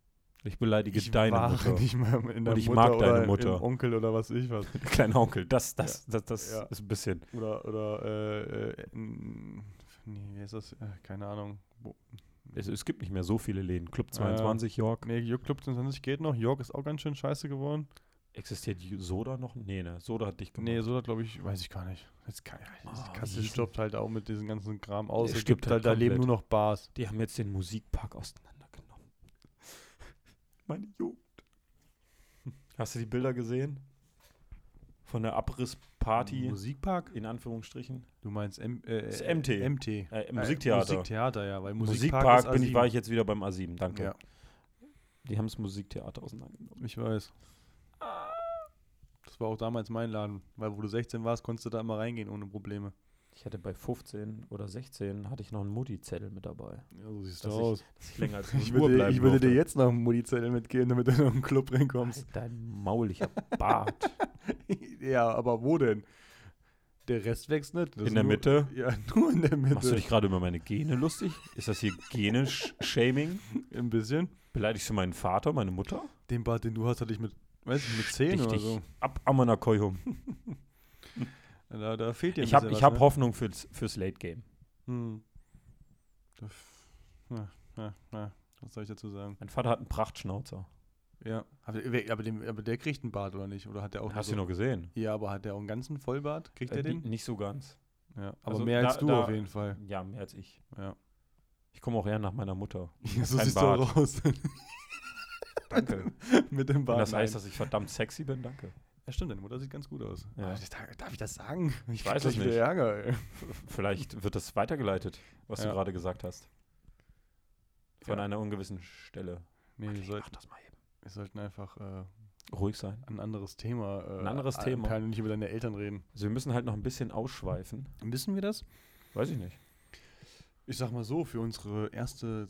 Speaker 2: Ich beleidige
Speaker 1: ich
Speaker 2: deine
Speaker 1: war
Speaker 2: Mutter.
Speaker 1: [LAUGHS]
Speaker 2: [LAUGHS]
Speaker 1: nicht mehr in der
Speaker 2: Und ich
Speaker 1: Mutter
Speaker 2: mag
Speaker 1: oder
Speaker 2: deine
Speaker 1: im
Speaker 2: Mutter.
Speaker 1: Onkel oder was ich was.
Speaker 2: Kleiner Onkel, das, das, das, das
Speaker 1: Ja.
Speaker 2: ist ein bisschen.
Speaker 1: Oder, oder äh, äh, n- nee, wie ist das? Äh, keine Ahnung. Wo-
Speaker 2: Es, es gibt nicht mehr so viele Läden. Club 22, York.
Speaker 1: Nee, Jörg Club 22 geht noch. Jörg ist auch ganz schön scheiße geworden.
Speaker 2: Existiert die Soda noch? Nee, ne. Soda hat dich gemacht.
Speaker 1: Nee, so glaube ich, weiß ich gar nicht. Jetzt kann,
Speaker 2: Oh,
Speaker 1: das
Speaker 2: wie
Speaker 1: Kassel
Speaker 2: hieß
Speaker 1: stoppt halt auch mit diesem ganzen Kram aus.
Speaker 2: Es
Speaker 1: Es
Speaker 2: stimmt
Speaker 1: gibt halt,
Speaker 2: halt
Speaker 1: da leben nur
Speaker 2: komplett.
Speaker 1: noch Bars.
Speaker 2: Die haben jetzt den Musikpark auseinandergenommen. Meine Jugend. Hast du die Bilder gesehen? Von der Abrissparty,
Speaker 1: Musikpark?
Speaker 2: in Anführungsstrichen.
Speaker 1: Du meinst M äh,
Speaker 2: Das
Speaker 1: äh,
Speaker 2: MT.
Speaker 1: MT.
Speaker 2: Äh, im
Speaker 1: Äh,
Speaker 2: Musiktheater.
Speaker 1: Musiktheater, ja, weil Musikpark,
Speaker 2: Musikpark,
Speaker 1: ist
Speaker 2: bin ich,
Speaker 1: A7.
Speaker 2: war ich jetzt wieder beim A7, danke.
Speaker 1: Ja,
Speaker 2: Die haben das Musiktheater auseinandergenommen.
Speaker 1: ich weiß. Das war auch damals mein Laden, weil wo du 16 warst, konntest du da immer reingehen ohne Probleme.
Speaker 2: Ich hatte bei 15 oder 16 hatte ich noch einen Mutti-Zettel mit dabei.
Speaker 1: Ja, so siehst
Speaker 2: Dass
Speaker 1: du aus.
Speaker 2: Dass ich länger als
Speaker 1: Ich würde, ich würde dir jetzt noch einen Mudizettel mitgeben, damit du noch in den Club [LAUGHS] reinkommst.
Speaker 2: [LAUGHS] Dein Maul, ich hab Bart.
Speaker 1: ja, aber wo denn? Der Rest wächst nicht. Das
Speaker 2: In der
Speaker 1: nur, [LAUGHS]
Speaker 2: Mitte?
Speaker 1: Ja, nur in der Mitte.
Speaker 2: Machst du dich gerade über meine Gene lustig? Ist das hier Gene-Shaming?
Speaker 1: Ein bisschen.
Speaker 2: Beleidigst du meinen Vater, meine Mutter?
Speaker 1: Den Bart, den du hast, hatte ich mit, weiß nicht, mit 10
Speaker 2: Richtig.
Speaker 1: oder so.
Speaker 2: Ab Amana Koyum.
Speaker 1: Da, da fehlt dir ein
Speaker 2: Ich habe
Speaker 1: bisschen
Speaker 2: ich
Speaker 1: was,
Speaker 2: hab
Speaker 1: ne?
Speaker 2: Hoffnung fürs, fürs Late Game.
Speaker 1: Hm. Da f- Na, na, na, was soll ich dazu sagen?
Speaker 2: Mein Vater hat einen Prachtschnauzer.
Speaker 1: Ja. Aber, wer- aber, dem, aber der kriegt einen Bart, oder nicht? Oder hat der auch
Speaker 2: Hast du ihn
Speaker 1: nur
Speaker 2: noch gesehen?
Speaker 1: so- Ja, aber hat der auch einen ganzen Vollbart? Kriegt
Speaker 2: Äh,
Speaker 1: er
Speaker 2: ni-
Speaker 1: den?
Speaker 2: Nicht so ganz.
Speaker 1: Ja. Aber
Speaker 2: also
Speaker 1: mehr
Speaker 2: da-
Speaker 1: als du
Speaker 2: da-
Speaker 1: auf jeden Fall. [LAUGHS]
Speaker 2: Ja, mehr als ich.
Speaker 1: Ja.
Speaker 2: Ich komme auch eher nach meiner Mutter.
Speaker 1: so
Speaker 2: kein
Speaker 1: siehst du auch [LAUGHS] aus.
Speaker 2: Danke.
Speaker 1: mit dem
Speaker 2: Wenn
Speaker 1: Bart.
Speaker 2: das heißt,
Speaker 1: nein.
Speaker 2: dass ich verdammt sexy bin, danke.
Speaker 1: ja, stimmt, deine Mutter sieht ganz gut aus.
Speaker 2: Ja.
Speaker 1: Ah, das- Darf, darf ich das sagen? [LAUGHS] Ich
Speaker 2: weiß
Speaker 1: krieg gleich
Speaker 2: es
Speaker 1: wieder
Speaker 2: nicht.
Speaker 1: Ärger, ey.
Speaker 2: Vielleicht wird das weitergeleitet, was
Speaker 1: Ja.
Speaker 2: du gerade gesagt hast. Von
Speaker 1: Ja.
Speaker 2: einer ungewissen Stelle.
Speaker 1: Nee, wir, sollten,
Speaker 2: das mal eben.
Speaker 1: wir sollten einfach äh,
Speaker 2: Ruhig sein.
Speaker 1: ein anderes Thema. Äh,
Speaker 2: Ein anderes Thema.
Speaker 1: anpeilen und nicht über deine Eltern reden.
Speaker 2: Also wir müssen halt noch ein bisschen ausschweifen.
Speaker 1: Wissen wir das?
Speaker 2: Weiß ich nicht.
Speaker 1: Ich sag mal so, für unsere erste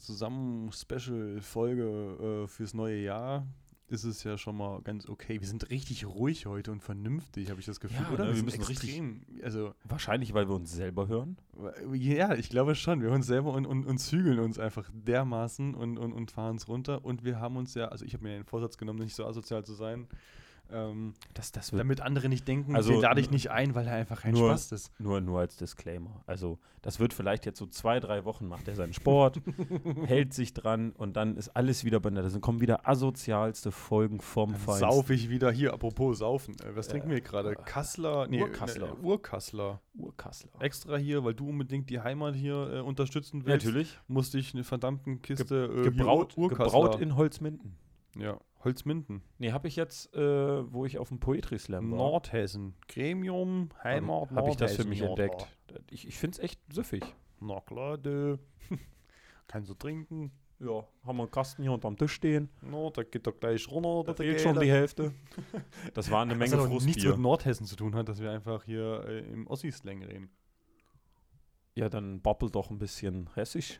Speaker 1: Zusammen-Special-Folge äh, fürs neue Jahr ist es ja schon mal ganz okay. Wir sind richtig ruhig heute und vernünftig, habe ich das Gefühl,
Speaker 2: Ja,
Speaker 1: oder?
Speaker 2: ne, wir
Speaker 1: sind
Speaker 2: müssen richtig-
Speaker 1: extrem- Also,
Speaker 2: Wahrscheinlich, weil wir uns selber hören.
Speaker 1: äh, ja, ich glaube schon. Wir hören uns selber und, und, und zügeln uns einfach dermaßen und, und, und fahren es runter. Und wir haben uns ja, also ich habe mir den Vorsatz genommen, nicht so asozial zu sein. Ähm,
Speaker 2: Das, das wird
Speaker 1: damit andere nicht denken,
Speaker 2: Also,
Speaker 1: den lade ich nicht ein, weil er einfach kein
Speaker 2: nur-
Speaker 1: Spaß ist.
Speaker 2: nur, nur als Disclaimer. Also das wird vielleicht jetzt so zwei, drei Wochen, macht er
Speaker 1: [LAUGHS]
Speaker 2: seinen Sport, hält sich dran und dann ist alles wieder bei Dann kommen wieder asozialste Folgen vom
Speaker 1: Dann
Speaker 2: Feind.
Speaker 1: Sauf ich wieder hier, apropos Saufen. Äh, Was trinken
Speaker 2: Äh,
Speaker 1: wir gerade?
Speaker 2: äh,
Speaker 1: Kassler? Nee,
Speaker 2: Urkassler.
Speaker 1: ne, Urkassler.
Speaker 2: Urkassler.
Speaker 1: Extra hier, weil du unbedingt die Heimat hier äh, unterstützen willst,
Speaker 2: Natürlich.
Speaker 1: musste ich eine verdammten Kiste äh, hier
Speaker 2: Gebraut,
Speaker 1: Ur- Urkassler.
Speaker 2: gebraut in Holzminden.
Speaker 1: ja, Holzminden.
Speaker 2: Nee, habe ich jetzt, äh, wo ich auf dem Poetry Slam war.
Speaker 1: Nordhessen. Gremium, Heimat,
Speaker 2: habe ich das für
Speaker 1: Nordhessen.
Speaker 2: mich
Speaker 1: Ja,
Speaker 2: entdeckt. Ich, ich finde es echt süffig.
Speaker 1: Na klar, du. [LAUGHS] Kannst du trinken?
Speaker 2: Ja, haben wir einen Kasten hier unterm Tisch stehen.
Speaker 1: No, da geht doch gleich runter.
Speaker 2: Da
Speaker 1: der also.
Speaker 2: fehlt schon
Speaker 1: Gele.
Speaker 2: die Hälfte. Also Das [LAUGHS] war eine
Speaker 1: Was
Speaker 2: Menge
Speaker 1: aber nichts mit
Speaker 2: Frustbier.
Speaker 1: Nordhessen zu tun hat, dass wir einfach hier äh, im Ossi-Slang reden.
Speaker 2: Ja, dann babbel doch ein bisschen hessisch.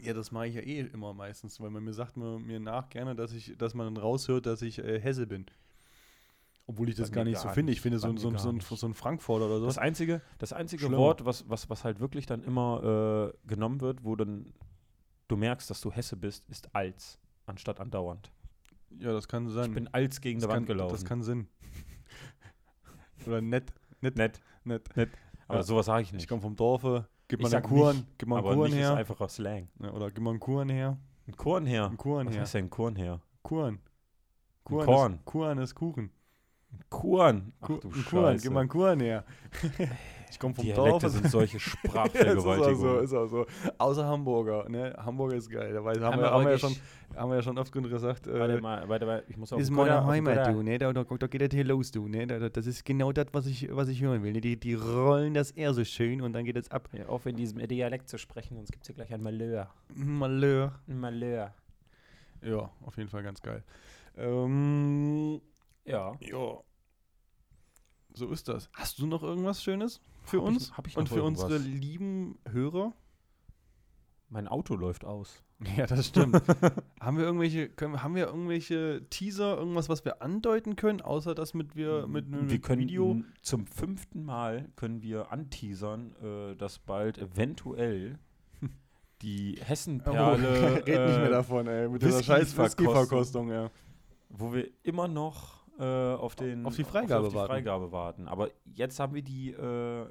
Speaker 1: Ja, das mache ich ja eh immer meistens, weil man mir sagt mir, mir nach gerne, dass ich, dass man raushört, dass ich äh, Hesse bin. Obwohl ich das
Speaker 2: Bei
Speaker 1: gar
Speaker 2: mir
Speaker 1: nicht so
Speaker 2: gar
Speaker 1: finde. Ich
Speaker 2: nicht.
Speaker 1: finde
Speaker 2: Bei
Speaker 1: so,
Speaker 2: mir
Speaker 1: so,
Speaker 2: gar
Speaker 1: so, ein,
Speaker 2: nicht.
Speaker 1: so ein Frankfurter oder
Speaker 2: Das
Speaker 1: so.
Speaker 2: einzige, das einzige
Speaker 1: Schlimmer.
Speaker 2: Wort, was, was, was halt wirklich dann immer äh, genommen wird, wo dann du merkst, dass du Hesse bist, ist als, anstatt andauernd.
Speaker 1: Ja, das kann sein.
Speaker 2: Ich bin als gegen
Speaker 1: das
Speaker 2: die Wand
Speaker 1: kann,
Speaker 2: gelaufen.
Speaker 1: Das kann
Speaker 2: [LAUGHS]
Speaker 1: Sinn. oder nett,
Speaker 2: nett,
Speaker 1: nett.
Speaker 2: aber
Speaker 1: Ja.
Speaker 2: sowas sage ich nicht.
Speaker 1: Ich komme vom Dorfe. Gib
Speaker 2: Ich
Speaker 1: mal einen
Speaker 2: sag
Speaker 1: Kuren,
Speaker 2: nicht,
Speaker 1: gib mal einen
Speaker 2: aber
Speaker 1: Kuren
Speaker 2: nicht ist
Speaker 1: her.
Speaker 2: einfacher Slang.
Speaker 1: Ja, Oder gib mal einen Kuren her.
Speaker 2: Ein Korn her.
Speaker 1: Einen Kuren
Speaker 2: was
Speaker 1: her.
Speaker 2: heißt denn Korn her?
Speaker 1: Kuren. Kuren
Speaker 2: Korn.
Speaker 1: Ist, Kuren ist Kuchen.
Speaker 2: Korn. Ach
Speaker 1: Ku-
Speaker 2: du
Speaker 1: einen Kuren,
Speaker 2: Scheiße.
Speaker 1: gib mal einen Kuren
Speaker 2: [LAUGHS]
Speaker 1: her. ich komme vom
Speaker 2: Dialekte
Speaker 1: Dorfe. [LAUGHS]
Speaker 2: sind solche
Speaker 1: Ja,
Speaker 2: Sprachvergewaltigungen.
Speaker 1: ist auch so, ist auch so. Außer Hamburger, ne? Hamburger ist geil. Dabei haben, wir,
Speaker 2: Hamburger
Speaker 1: haben, wir ja
Speaker 2: ist-
Speaker 1: schon, haben wir ja schon oft genug gesagt.
Speaker 2: Warte
Speaker 1: Äh,
Speaker 2: mal, warte mal, ich muss auf
Speaker 1: ist
Speaker 2: den
Speaker 1: meine
Speaker 2: Koller, auf den
Speaker 1: Heimat,
Speaker 2: Koller.
Speaker 1: du, ne? Da, da, da geht das hier los, du, ne? Da, da, das ist genau das, was ich, was ich hören will. Ne? Die, die rollen das eher so schön und dann geht es ab.
Speaker 2: Hör auf in diesem Dialekt zu sprechen, sonst gibt es hier gleich ein Malheur.
Speaker 1: Malheur.
Speaker 2: Ein Malheur.
Speaker 1: Ja, auf jeden Fall ganz geil. Ähm,
Speaker 2: Ja.
Speaker 1: ja. So ist das. Hast du noch irgendwas Schönes für
Speaker 2: Hab ich-
Speaker 1: uns?
Speaker 2: hab ich
Speaker 1: und
Speaker 2: noch
Speaker 1: für unsere
Speaker 2: irgendwas?
Speaker 1: lieben Hörer?
Speaker 2: Mein Auto läuft aus.
Speaker 1: Ja, das
Speaker 2: [LAUGHS]
Speaker 1: stimmt. haben wir irgendwelche, können, wir- haben wir irgendwelche Teaser, irgendwas, was wir andeuten können, außer das mit wir mit, mit
Speaker 2: Mm, wir können
Speaker 1: Video?
Speaker 2: zum fünften Mal können wir anteasern, äh, dass
Speaker 1: [LAUGHS]
Speaker 2: bald eventuell die Hessenperle,
Speaker 1: Oh, Red nicht mehr
Speaker 2: äh,
Speaker 1: davon, ey, mit
Speaker 2: dieser
Speaker 1: dieser scheiß
Speaker 2: scheiß
Speaker 1: Whisky-Verkostung, ja.
Speaker 2: wo wir immer noch äh, auf den
Speaker 1: Auf die Freigabe
Speaker 2: auf die
Speaker 1: warten.
Speaker 2: Freigabe warten. Aber jetzt haben wir die äh,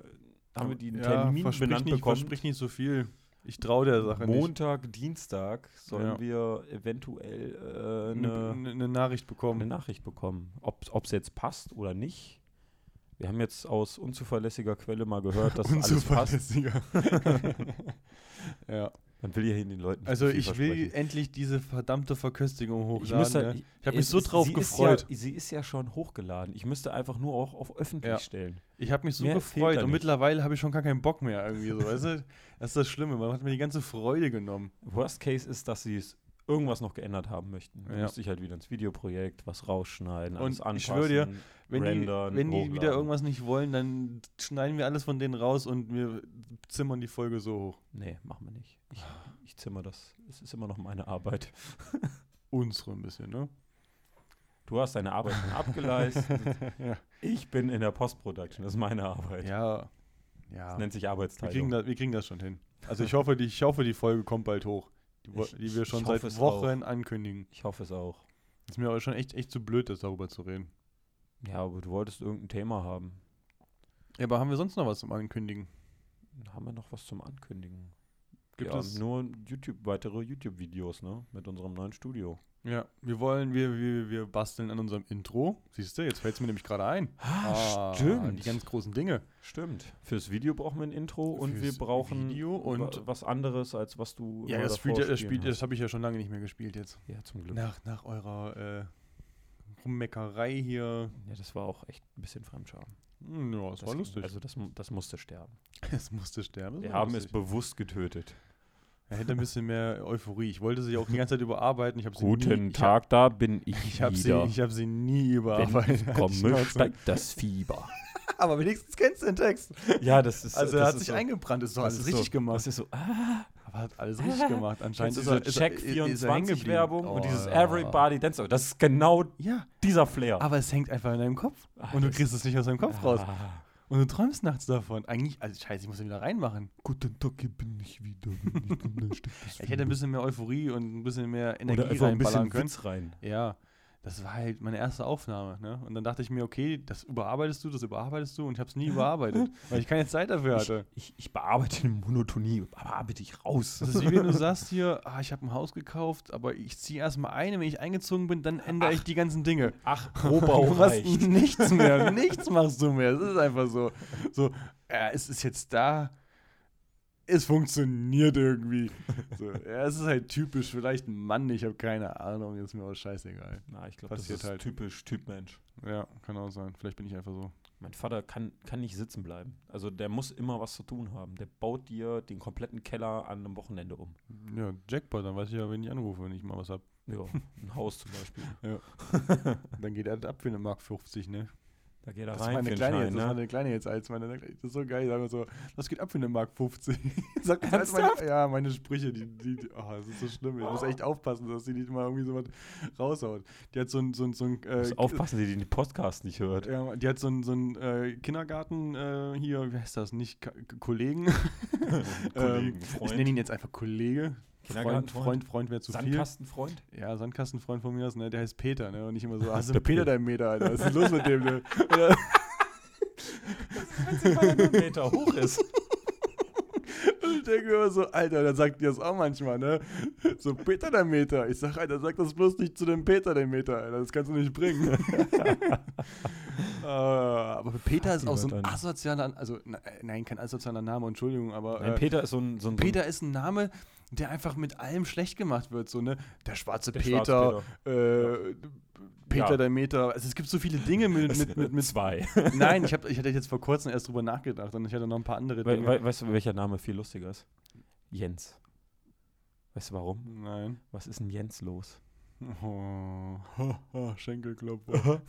Speaker 2: haben wir den
Speaker 1: Ja,
Speaker 2: Termin
Speaker 1: versprich
Speaker 2: benannt
Speaker 1: nicht,
Speaker 2: bekommen.
Speaker 1: Versprich nicht so viel. Ich traue der Sache nicht.
Speaker 2: Montag, Dienstag sollen
Speaker 1: Ja.
Speaker 2: wir eventuell äh,
Speaker 1: Eine,
Speaker 2: eine,
Speaker 1: eine Nachricht
Speaker 2: eine
Speaker 1: bekommen.
Speaker 2: Nachricht bekommen, ob es jetzt passt oder nicht. Wir haben jetzt aus unzuverlässiger Quelle mal gehört, dass alles passt.
Speaker 1: ja.
Speaker 2: Man will [LAUGHS] ja hier den Leuten nicht
Speaker 1: Also
Speaker 2: zu viel
Speaker 1: ich will
Speaker 2: versprechen.
Speaker 1: endlich diese verdammte Verköstigung
Speaker 2: ich
Speaker 1: hochladen.
Speaker 2: müsste,
Speaker 1: ne? ich hab mich
Speaker 2: es
Speaker 1: so
Speaker 2: ist-
Speaker 1: drauf
Speaker 2: sie
Speaker 1: gefreut.
Speaker 2: Ist ja, sie ist ja schon hochgeladen. Ich müsste einfach nur auch auf öffentlich
Speaker 1: Ja.
Speaker 2: stellen.
Speaker 1: Ich habe mich so
Speaker 2: Mehr fehlt
Speaker 1: gefreut
Speaker 2: da
Speaker 1: und
Speaker 2: nicht.
Speaker 1: mittlerweile habe ich schon gar keinen Bock mehr irgendwie so, weißt du? [LAUGHS] Das ist das Schlimme, man hat mir die ganze Freude genommen.
Speaker 2: Worst Case ist, dass sie es irgendwas noch geändert haben möchten. Dann
Speaker 1: Ja.
Speaker 2: müsste ich halt wieder ins Videoprojekt was rausschneiden, alles
Speaker 1: Und
Speaker 2: anpassen.
Speaker 1: ich schwör dir, Wenn,
Speaker 2: rendern,
Speaker 1: die, wenn die
Speaker 2: hochladen.
Speaker 1: wieder irgendwas nicht wollen, dann schneiden wir alles von denen raus und wir zimmern die Folge so hoch.
Speaker 2: Nee, machen wir nicht. Ich, ich zimmer das. Es ist immer noch meine Arbeit.
Speaker 1: Unsere ein bisschen, ne?
Speaker 2: Du hast deine Arbeit schon abgeleistet.
Speaker 1: [LAUGHS]
Speaker 2: [LAUGHS]
Speaker 1: Ja.
Speaker 2: Ich bin in der Post-Production, das ist meine Arbeit.
Speaker 1: Ja.
Speaker 2: Das
Speaker 1: Ja.
Speaker 2: nennt sich
Speaker 1: Wir
Speaker 2: Arbeitsteilung.
Speaker 1: kriegen, das, wir kriegen das schon hin. Also ich hoffe, die, ich hoffe, die Folge kommt bald hoch. Die, wo-
Speaker 2: Ich-
Speaker 1: die wir
Speaker 2: ich
Speaker 1: schon
Speaker 2: hoffe
Speaker 1: seit
Speaker 2: es
Speaker 1: Wochen ankündigen.
Speaker 2: [LAUGHS] ich hoffe es auch.
Speaker 1: Ist mir aber schon echt, echt zu blöd, das darüber zu reden.
Speaker 2: Ja, aber du wolltest irgendein Thema haben.
Speaker 1: Ja, aber haben wir sonst noch was zum Ankündigen?
Speaker 2: Haben wir noch was zum Ankündigen?
Speaker 1: Gibt
Speaker 2: ja,
Speaker 1: es?
Speaker 2: nur YouTube, weitere YouTube-Videos, ne? Mit unserem neuen Studio.
Speaker 1: Ja, wir wollen, wir, wir, wir basteln an unserem Intro. Siehst du, jetzt fällt es mir nämlich gerade ein.
Speaker 2: Ah,
Speaker 1: Ah, Die ganz großen Dinge.
Speaker 2: stimmt. Fürs Video brauchen wir ein Intro und wir
Speaker 1: Fürs
Speaker 2: brauchen
Speaker 1: Video und-
Speaker 2: wa- was anderes, als was du.
Speaker 1: Ja,
Speaker 2: immer
Speaker 1: das,
Speaker 2: davor
Speaker 1: spielt, ja- das,
Speaker 2: spielen
Speaker 1: spielt,
Speaker 2: hast.
Speaker 1: das habe ich ja schon lange nicht mehr gespielt jetzt.
Speaker 2: Ja, zum Glück.
Speaker 1: Nach, nach eurer äh, Rummeckerei hier.
Speaker 2: Ja, das war auch echt ein bisschen Fremdscham.
Speaker 1: Hm, ja, das, war
Speaker 2: ging-
Speaker 1: lustig.
Speaker 2: Also, das, mu- das musste sterben.
Speaker 1: [LAUGHS] es musste sterben. das
Speaker 2: Wir
Speaker 1: war
Speaker 2: haben es
Speaker 1: lustig.
Speaker 2: bewusst getötet.
Speaker 1: Er hätte ein bisschen mehr Euphorie. Ich wollte sie auch die ganze Zeit überarbeiten. Ich habe sie nie,
Speaker 2: Guten
Speaker 1: ich hab-
Speaker 2: Tag, da bin [LAUGHS] ich.
Speaker 1: Ich habe sie,
Speaker 2: wieder.
Speaker 1: ich hab sie nie
Speaker 2: Wenn ich
Speaker 1: überarbeitet. [LAUGHS]
Speaker 2: [LAUGHS] komme,
Speaker 1: Schnauze.
Speaker 2: steigt das Fieber.
Speaker 1: Aber wenigstens kennst du den Text.
Speaker 2: [LAUGHS] Ja, das ist.
Speaker 1: Also
Speaker 2: das
Speaker 1: er hat
Speaker 2: ist
Speaker 1: sich
Speaker 2: so,
Speaker 1: eingebrannt, ist doch alles
Speaker 2: ist
Speaker 1: richtig
Speaker 2: so, Das
Speaker 1: gemacht.
Speaker 2: ist so, ah,
Speaker 1: Aber hat alles richtig gemacht. Anscheinend
Speaker 2: kennst du
Speaker 1: ist er,
Speaker 2: diese
Speaker 1: ist er,
Speaker 2: Check
Speaker 1: ist er hängen
Speaker 2: 24
Speaker 1: geblieben.
Speaker 2: Werbung und
Speaker 1: Oh,
Speaker 2: dieses
Speaker 1: ja.
Speaker 2: Everybody Dance. Oh, Das ist genau
Speaker 1: Ja,
Speaker 2: dieser Flair.
Speaker 1: aber es hängt einfach in deinem Kopf.
Speaker 2: Ah,
Speaker 1: und du
Speaker 2: das-
Speaker 1: kriegst es nicht aus deinem Kopf raus.
Speaker 2: Ah.
Speaker 1: Und du träumst nachts davon. Eigentlich, also scheiße, ich muss ihn wieder reinmachen.
Speaker 2: Guten Tag, hier bin ich wieder. Wenn [LAUGHS] ich komme, steigt
Speaker 1: Ich
Speaker 2: das
Speaker 1: hätte ein
Speaker 2: Fieber.
Speaker 1: bisschen mehr Euphorie und ein bisschen mehr Energie
Speaker 2: Oder einfach ein
Speaker 1: reinballern
Speaker 2: bisschen
Speaker 1: können.
Speaker 2: Witz rein.
Speaker 1: Ja, das war halt meine erste Aufnahme. Ne? Und dann dachte ich mir, okay, das überarbeitest du, das überarbeitest du. Und ich habe es nie
Speaker 2: [LAUGHS]
Speaker 1: überarbeitet, weil ich keine Zeit dafür hatte.
Speaker 2: Ich, ich bearbeite eine Monotonie, bearbeite ich raus.
Speaker 1: Das ist wie wenn Also du sagst hier, ah, ich habe ein Haus gekauft, aber ich ziehe erstmal ein. und Wenn ich eingezogen bin, dann ändere ich die ganzen Dinge.
Speaker 2: [LAUGHS] Ach, [LAUGHS]
Speaker 1: du machst nichts [LAUGHS] mehr, nichts machst du mehr. Es ist einfach so. So, ja, es ist jetzt da. Es funktioniert irgendwie. [LAUGHS] So, ja, es ist halt typisch, vielleicht ein Mann, ich habe keine Ahnung, ist mir auch scheißegal.
Speaker 2: Na, ich glaube, das
Speaker 1: Passiert
Speaker 2: ist
Speaker 1: halt.
Speaker 2: typisch Typmensch.
Speaker 1: Ja, kann auch sein. Vielleicht bin ich einfach so.
Speaker 2: Mein Vater kann, kann nicht sitzen bleiben. Also der muss immer was zu tun haben. Der baut dir den kompletten Keller an einem Wochenende um.
Speaker 1: Ja, Jackpot, dann weiß ich ja, wenn ich anrufe, wenn ich mal was hab.
Speaker 2: [LAUGHS] Ja, ein Haus zum Beispiel.
Speaker 1: Dann geht er halt ab für eine Mark 50, ne?
Speaker 2: Da geht er
Speaker 1: Das
Speaker 2: rein.
Speaker 1: war eine
Speaker 2: für den
Speaker 1: kleine,
Speaker 2: Schein,
Speaker 1: jetzt, das war
Speaker 2: ne?
Speaker 1: eine kleine jetzt als meine, das ist so geil, sagen wir so, das geht ab für eine Mark 50. [LAUGHS] Sagt das als meine, ja, meine Sprüche, die, die, die oh, das ist so schlimm, ich muss echt aufpassen, dass sie nicht mal irgendwie sowas raushaut. Die hat so ein, so ein, so ein, äh,
Speaker 2: Muss aufpassen, dass ihr den Podcast nicht hört.
Speaker 1: ja, die hat so ein, so ein äh, Kindergarten äh, hier, wie heißt das, nicht Ka
Speaker 2: [LAUGHS]
Speaker 1: Kollegen. Ähm,
Speaker 2: Kollegen,
Speaker 1: Ich
Speaker 2: Freund.
Speaker 1: nenne ihn jetzt einfach Kollege. Freund,
Speaker 2: Kindergartenfreund.
Speaker 1: Freund, Freund wäre zu viel.
Speaker 2: Sandkastenfreund?
Speaker 1: Ja, Sandkastenfreund von mir ist, ne, der heißt Peter, ne? Und ich
Speaker 2: [LAUGHS]
Speaker 1: immer so, hast du
Speaker 2: Der
Speaker 1: einen Peter
Speaker 2: Peter.
Speaker 1: deinen Meter, Alter? Was ist denn los mit dem, ne?
Speaker 2: Weil er nur einen Meter hoch
Speaker 1: [LAUGHS]
Speaker 2: ist.
Speaker 1: Und ich denke mir immer so, Alter, dann sagt ihr das auch manchmal, ne? So, Peter der Meter. Ich sag, Alter, sag das bloß nicht zu dem Peter der Meter, Alter. Das kannst du nicht bringen.
Speaker 2: [LAUGHS]
Speaker 1: äh, aber Peter ist
Speaker 2: die
Speaker 1: auch so ein
Speaker 2: Wörter nicht.
Speaker 1: asozialer, also na, nein, kein asozialer Name, Entschuldigung, aber
Speaker 2: Nein,
Speaker 1: äh,
Speaker 2: Peter ist so ein, so ein so ein-
Speaker 1: Peter ist ein Name, der einfach mit allem schlecht gemacht wird, so, ne? Der schwarze
Speaker 2: der
Speaker 1: Peter,
Speaker 2: Schwarze
Speaker 1: äh, Peter
Speaker 2: Ja.
Speaker 1: der Meter. Also es gibt so viele Dinge mit, mit, mit, mit
Speaker 2: zwei.
Speaker 1: Nein, ich, hab, ich hatte jetzt vor kurzem erst drüber nachgedacht und ich hatte noch ein paar andere
Speaker 2: We
Speaker 1: Dinge.
Speaker 2: we weißt du, welcher Name viel lustiger ist? Jens. Weißt du warum?
Speaker 1: Nein.
Speaker 2: Was ist denn Jens los?
Speaker 1: Oh, [LAUGHS] haha, Schenkelklopfer.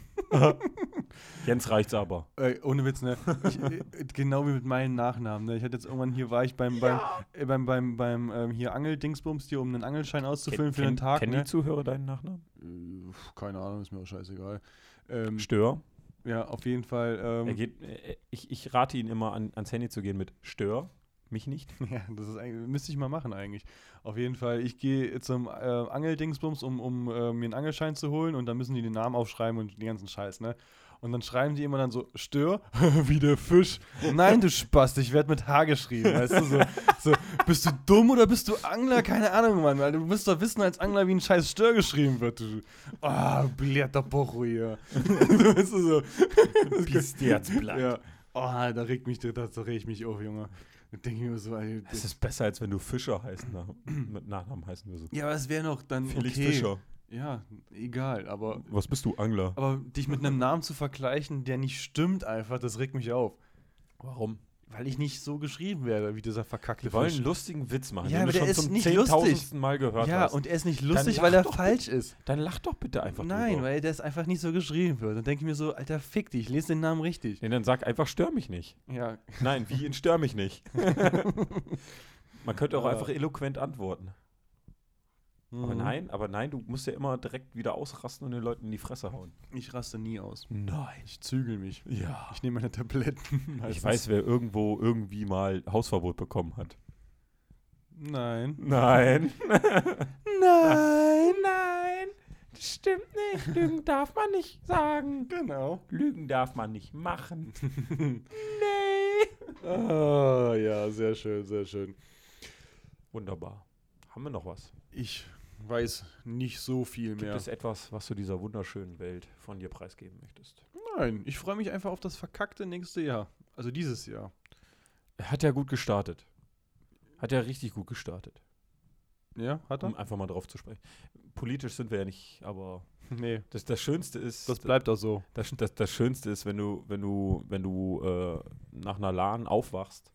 Speaker 2: Jens reicht's aber.
Speaker 1: [LAUGHS] Ey, ohne Witz, ne? Ich, äh, genau wie mit meinen Nachnamen, ne? Ich hatte jetzt irgendwann hier, war ich beim, beim, äh, beim, beim, beim ähm, hier Angel-Dingsbums, hier, um einen Angelschein auszufüllen für den Tag,
Speaker 2: Kennen
Speaker 1: ne?
Speaker 2: die Zuhörer deinen Nachnamen?
Speaker 1: Äh, pf, Keine Ahnung, ist mir auch scheißegal. Ähm,
Speaker 2: Stör.
Speaker 1: ja, auf jeden Fall. Ähm,
Speaker 2: Er geht, äh, ich, ich rate ihn immer, an, ans Handy zu gehen mit Stör. Mich nicht.
Speaker 1: [LAUGHS] Ja, das ist eigentlich, müsste ich mal machen eigentlich. Auf jeden Fall, ich gehe zum äh, Angeldingsbums, um, um äh, mir einen Angelschein zu holen und dann müssen die den Namen aufschreiben und den ganzen Scheiß, ne? Und dann schreiben die immer dann so, Stör, [LAUGHS] wie der Fisch. Nein, du Spast, ich werde mit H geschrieben, weißt du? So, so, bist du dumm oder bist du Angler? Keine Ahnung, Mann, weil du wirst doch wissen als Angler, wie ein scheiß Stör geschrieben wird. Du. Ah, blöder Pocho hier. [LAUGHS] weißt du so.
Speaker 2: Bistiatsblatt.
Speaker 1: Ja. Oh, da regt mich, da, da reg ich mich auf, Junge. Da denke ich mir so, ey,
Speaker 2: Es ist besser, als wenn du Fischer heißt. [CLEARS THROAT] Nach, mit Nachnamen heißen wir so.
Speaker 1: Ja, aber es wäre noch dann
Speaker 2: Felix
Speaker 1: okay.
Speaker 2: Fischer.
Speaker 1: Ja, egal, aber,
Speaker 2: Was bist du, Angler?
Speaker 1: aber dich mit einem Namen zu vergleichen, der nicht stimmt einfach, das regt mich auf.
Speaker 2: Warum?
Speaker 1: Weil ich nicht so geschrieben werde, wie dieser verkackte
Speaker 2: Wir wollen einen
Speaker 1: Fisch.
Speaker 2: lustigen Witz machen,
Speaker 1: Ja,
Speaker 2: den
Speaker 1: aber der
Speaker 2: du schon
Speaker 1: ist
Speaker 2: zum
Speaker 1: nicht lustig.
Speaker 2: zehntausendsten Mal gehört
Speaker 1: Ja,
Speaker 2: hast.
Speaker 1: und er ist nicht lustig,
Speaker 2: lach
Speaker 1: weil er
Speaker 2: doch
Speaker 1: falsch ist.
Speaker 2: Dann lach doch bitte einfach
Speaker 1: Nein,
Speaker 2: drüber.
Speaker 1: weil das einfach nicht so geschrieben wird. Dann denke ich mir so, Alter, fick dich, lese den Namen richtig.
Speaker 2: Nee, dann sag einfach, stör mich nicht.
Speaker 1: Ja,
Speaker 2: Nein, wie in stör mich [LAUGHS] nicht. Man könnte auch
Speaker 1: Ja.
Speaker 2: einfach eloquent antworten. Aber
Speaker 1: Mhm.
Speaker 2: nein, aber nein, du musst ja immer direkt wieder ausrasten und den Leuten in die Fresse hauen.
Speaker 1: Ich raste nie aus.
Speaker 2: Nein.
Speaker 1: Ich zügel mich.
Speaker 2: Ja.
Speaker 1: Ich nehme meine Tabletten. Also
Speaker 2: Ich
Speaker 1: meistens.
Speaker 2: weiß, wer irgendwo irgendwie mal Hausverbot bekommen hat.
Speaker 1: Nein.
Speaker 2: Nein. [LAUGHS] nein. Nein. Das stimmt nicht. Lügen darf man nicht sagen.
Speaker 1: Genau.
Speaker 2: Lügen darf man nicht [LAUGHS] machen. nee.
Speaker 1: Ah, ja, sehr schön, sehr schön.
Speaker 2: Wunderbar. Haben wir noch was?
Speaker 1: Ich weiß nicht so viel
Speaker 2: Gibt
Speaker 1: mehr.
Speaker 2: es etwas, was du dieser wunderschönen Welt von dir preisgeben möchtest?
Speaker 1: Nein, ich freue mich einfach auf das verkackte nächste Jahr. Also dieses Jahr.
Speaker 2: Hat ja gut gestartet. Hat ja richtig gut gestartet.
Speaker 1: Ja, hat er?
Speaker 2: Um einfach mal drauf zu sprechen. Politisch sind wir ja nicht, aber
Speaker 1: Nee.
Speaker 2: das, das Schönste ist.
Speaker 1: Das bleibt auch so.
Speaker 2: Das, das, das Schönste ist, wenn du, wenn du, wenn du äh, nach einer LAN aufwachst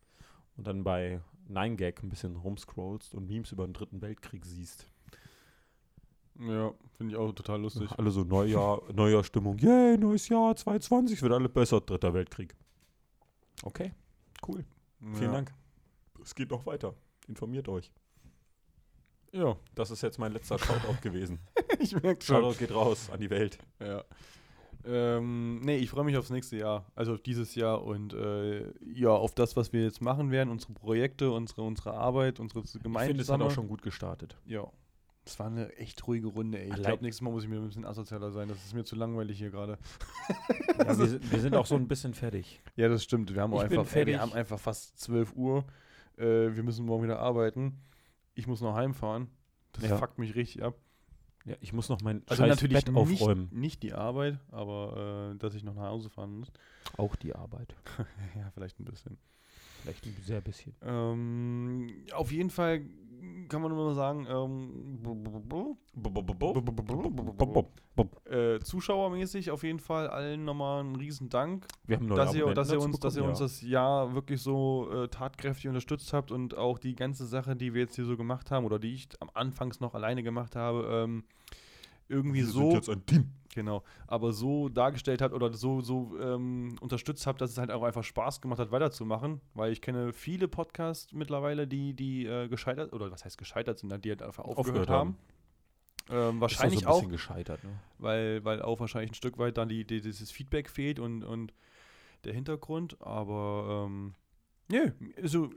Speaker 2: und dann bei 9gag ein bisschen rumscrollst und Memes über den Dritten Weltkrieg siehst.
Speaker 1: Ja, finde ich auch total lustig.
Speaker 2: Alle so [LAUGHS] Neujahr, Neujahrstimmung, yay, neues Jahr, 2020, wird alles besser, Dritter Weltkrieg. Okay, cool.
Speaker 1: ja.
Speaker 2: Vielen Dank. Es geht noch weiter. Informiert euch.
Speaker 1: Ja,
Speaker 2: Das ist jetzt mein letzter [LAUGHS] Shoutout gewesen.
Speaker 1: [LAUGHS] ich merke schon.
Speaker 2: Shoutout geht raus an die Welt.
Speaker 1: Ja. Ähm, nee, ich freue mich aufs nächste Jahr, also auf dieses Jahr und äh, ja, auf das, was wir jetzt machen werden, unsere Projekte, unsere, unsere Arbeit, unsere
Speaker 2: Ich
Speaker 1: gemeinsame.
Speaker 2: finde, es hat auch schon gut gestartet. [LAUGHS]
Speaker 1: Ja. Es war eine echt ruhige Runde, ey. Ich
Speaker 2: Allein-
Speaker 1: glaube, nächstes Mal muss ich mir ein bisschen asozialer sein. Das ist mir zu langweilig hier gerade.
Speaker 2: Ja, wir, sind- wir sind auch so ein bisschen fertig.
Speaker 1: [LAUGHS] Ja, das stimmt. Wir haben, auch
Speaker 2: Ich bin
Speaker 1: einfach, ey,
Speaker 2: fertig.
Speaker 1: wir haben einfach fast 12 Uhr. Äh, wir müssen morgen wieder arbeiten. Ich muss noch heimfahren. Das
Speaker 2: Ja.
Speaker 1: fuckt mich richtig ab.
Speaker 2: Ja, ich muss noch mein
Speaker 1: Also
Speaker 2: scheiß
Speaker 1: natürlich
Speaker 2: Bett aufräumen.
Speaker 1: nicht, nicht die Arbeit, aber äh, dass ich noch nach Hause fahren muss. [LAUGHS]
Speaker 2: Auch die Arbeit.
Speaker 1: ja, vielleicht ein bisschen.
Speaker 2: Vielleicht ein sehr bisschen.
Speaker 1: Ähm, auf jeden Fall kann man nur mal sagen, ähm, äh, zuschauermäßig auf jeden Fall allen nochmal einen riesen Dank.
Speaker 2: Wir haben neue
Speaker 1: dass ihr,
Speaker 2: Abonnenten
Speaker 1: dass, ihr
Speaker 2: dazu
Speaker 1: uns, dass ihr
Speaker 2: ne, bekommen,
Speaker 1: uns
Speaker 2: ja.
Speaker 1: das Jahr wirklich so äh, tatkräftig unterstützt habt und auch die ganze Sache, die wir jetzt hier so gemacht haben oder die ich am Anfangs noch alleine gemacht habe, ähm, irgendwie so,
Speaker 2: ein Team.
Speaker 1: genau, aber so dargestellt habt oder so, so ähm, unterstützt habt, dass es halt auch einfach Spaß gemacht hat, weiterzumachen, weil ich kenne viele Podcasts mittlerweile, die, die äh, gescheitert, oder was heißt gescheitert sind, die halt einfach aufgehört,
Speaker 2: Aufgehört
Speaker 1: haben.
Speaker 2: haben.
Speaker 1: Ähm,
Speaker 2: Wahrscheinlich
Speaker 1: wahrscheinlich
Speaker 2: ist
Speaker 1: auch,
Speaker 2: auch. gescheitert. Ne?
Speaker 1: weil, weil auch wahrscheinlich ein Stück weit dann die, die, dieses Feedback fehlt und, und der Hintergrund. Aber ähm, nee, also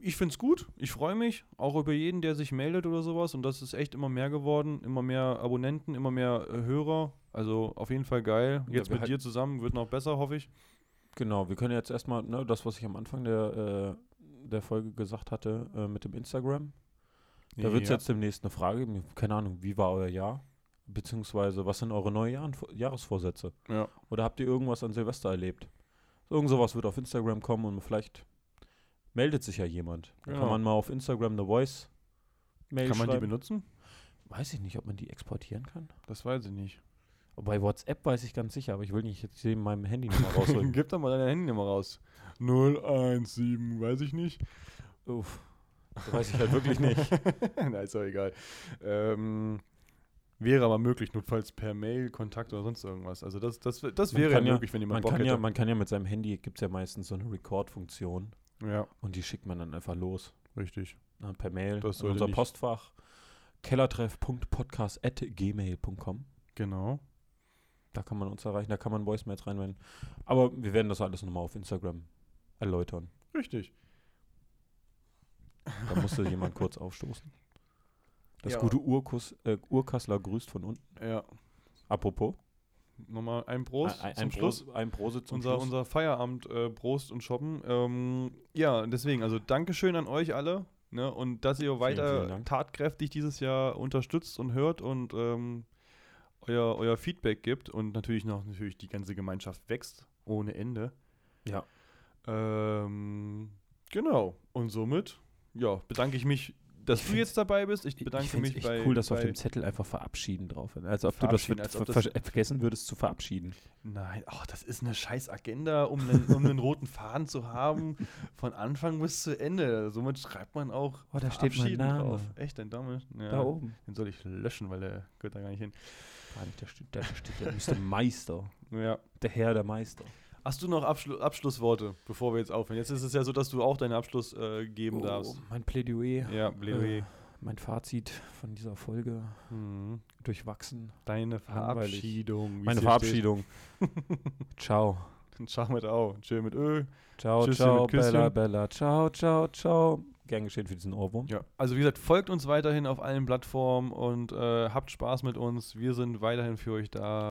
Speaker 1: ich finde es gut. Ich freue mich auch über jeden, der sich meldet oder sowas. Und das ist echt immer mehr geworden. Immer mehr Abonnenten, immer mehr äh, Hörer. Also auf jeden Fall geil.
Speaker 2: Ja,
Speaker 1: Jetzt
Speaker 2: wir
Speaker 1: mit
Speaker 2: halt-
Speaker 1: dir zusammen wird noch besser, hoffe ich.
Speaker 2: Genau, wir können jetzt erstmal ne, das, was ich am Anfang der, äh, der Folge gesagt hatte äh, mit dem Instagram. Da wird es
Speaker 1: Ja.
Speaker 2: jetzt demnächst eine Frage geben. Keine Ahnung, wie war euer Jahr? Beziehungsweise, was sind eure neuen Jahren, Jahresvorsätze?
Speaker 1: Ja.
Speaker 2: Oder habt ihr irgendwas an Silvester erlebt? Irgend sowas wird auf Instagram kommen und vielleicht meldet sich ja jemand. Dann
Speaker 1: Genau.
Speaker 2: kann man mal auf Instagram eine Voice-Mail
Speaker 1: Kann man die
Speaker 2: schreiben.
Speaker 1: benutzen?
Speaker 2: Weiß ich nicht, ob man die exportieren kann.
Speaker 1: Das weiß ich nicht.
Speaker 2: Bei WhatsApp weiß ich ganz sicher, aber ich will nicht jetzt hier in meinem Handy
Speaker 1: [LAUGHS]
Speaker 2: nochmal rausholen.
Speaker 1: Gib doch mal deine Handynummer raus. 017, weiß ich nicht.
Speaker 2: Uff. Das weiß ich halt
Speaker 1: [LAUGHS]
Speaker 2: wirklich nicht.
Speaker 1: Na, ist doch egal. Ähm, wäre aber möglich, notfalls per Mail, Kontakt oder sonst irgendwas. Also das, das, das
Speaker 2: Man
Speaker 1: wäre ja
Speaker 2: kann ja-
Speaker 1: möglich, wenn
Speaker 2: Man
Speaker 1: jemand Bock
Speaker 2: kann, ja,
Speaker 1: hätte.
Speaker 2: man kann ja mit seinem Handy, gibt es ja meistens so eine Record-Funktion
Speaker 1: ja,
Speaker 2: und die schickt man dann einfach los.
Speaker 1: richtig.
Speaker 2: Na, ne, per Mail,
Speaker 1: Das
Speaker 2: in
Speaker 1: sollte
Speaker 2: unser
Speaker 1: nicht-
Speaker 2: Postfach kellertreff.podcast.gmail.com.
Speaker 1: Genau.
Speaker 2: Da kann man uns erreichen, da kann man Voicemails reinwenden. Aber wir werden das alles nochmal auf Instagram erläutern.
Speaker 1: Richtig.
Speaker 2: Da musste [LAUGHS] jemand kurz aufstoßen. Das
Speaker 1: Ja.
Speaker 2: gute Urkus, äh, Urkassler grüßt von unten.
Speaker 1: Ja.
Speaker 2: Apropos.
Speaker 1: Nochmal ein Prost
Speaker 2: ein, ein,
Speaker 1: zum
Speaker 2: ein
Speaker 1: Schluss.
Speaker 2: Prost, ein Prosit zum
Speaker 1: unser,
Speaker 2: Schluss.
Speaker 1: unser Feierabend äh, Prost und Shoppen. Ähm, ja, deswegen, also Dankeschön an euch alle. Ne? Und dass ihr weiter
Speaker 2: vielen Dank.
Speaker 1: tatkräftig dieses Jahr unterstützt und hört und ähm, euer, euer Feedback gibt und natürlich noch natürlich die ganze Gemeinschaft wächst ohne Ende.
Speaker 2: Ja.
Speaker 1: Ähm, genau. Und somit, ja, bedanke ich mich, dass
Speaker 2: Ich
Speaker 1: du
Speaker 2: find's-
Speaker 1: jetzt dabei bist. Ich
Speaker 2: Ich
Speaker 1: bedanke
Speaker 2: find's
Speaker 1: mich
Speaker 2: echt
Speaker 1: bei.
Speaker 2: cool, dass
Speaker 1: bei,
Speaker 2: auf dem Zettel einfach verabschieden drauf ist. Als ob du das,
Speaker 1: Verabschieden,
Speaker 2: ver
Speaker 1: als ob
Speaker 2: ver vergessen würdest zu verabschieden.
Speaker 1: Nein, ach, das ist eine scheiß Agenda, um einen, um einen roten Faden zu haben, von Anfang bis zu Ende. Somit schreibt man auch.
Speaker 2: Oh, da steht mein
Speaker 1: verabschieden
Speaker 2: Name.
Speaker 1: Echt, dein Name? Ja.
Speaker 2: Da oben.
Speaker 1: Den soll ich löschen, weil der gehört da gar nicht hin.
Speaker 2: Gar nicht, da steht, da steht der Mr. Meister.
Speaker 1: Ja.
Speaker 2: Der Herr der Meister.
Speaker 1: Hast du noch Abschlu Abschlussworte, bevor wir jetzt aufhören? Jetzt ist es ja so, dass du auch deinen Abschluss äh, geben darfst.
Speaker 2: mein Oh, Plädoyer.
Speaker 1: Ja, Bledoué.
Speaker 2: Äh, Mein Fazit von dieser Folge
Speaker 1: Mhm.
Speaker 2: durchwachsen.
Speaker 1: Deine
Speaker 2: Äh. Langweilig.
Speaker 1: Verabschiedung. wie's
Speaker 2: Meine
Speaker 1: hier steht. [LAUGHS]
Speaker 2: Verabschiedung. [LAUGHS] ciao.
Speaker 1: Schau mit Au. Tschö mit Ö.
Speaker 2: Ciao,
Speaker 1: Tschüssi
Speaker 2: ciao,
Speaker 1: mit Küsschen.
Speaker 2: Bella, Bella. Ciao, ciao, ciao. Gern geschehen für diesen Ohrwurm.
Speaker 1: Ja, also wie gesagt, folgt uns weiterhin auf allen Plattformen und äh, habt Spaß mit uns. Wir sind weiterhin für euch da.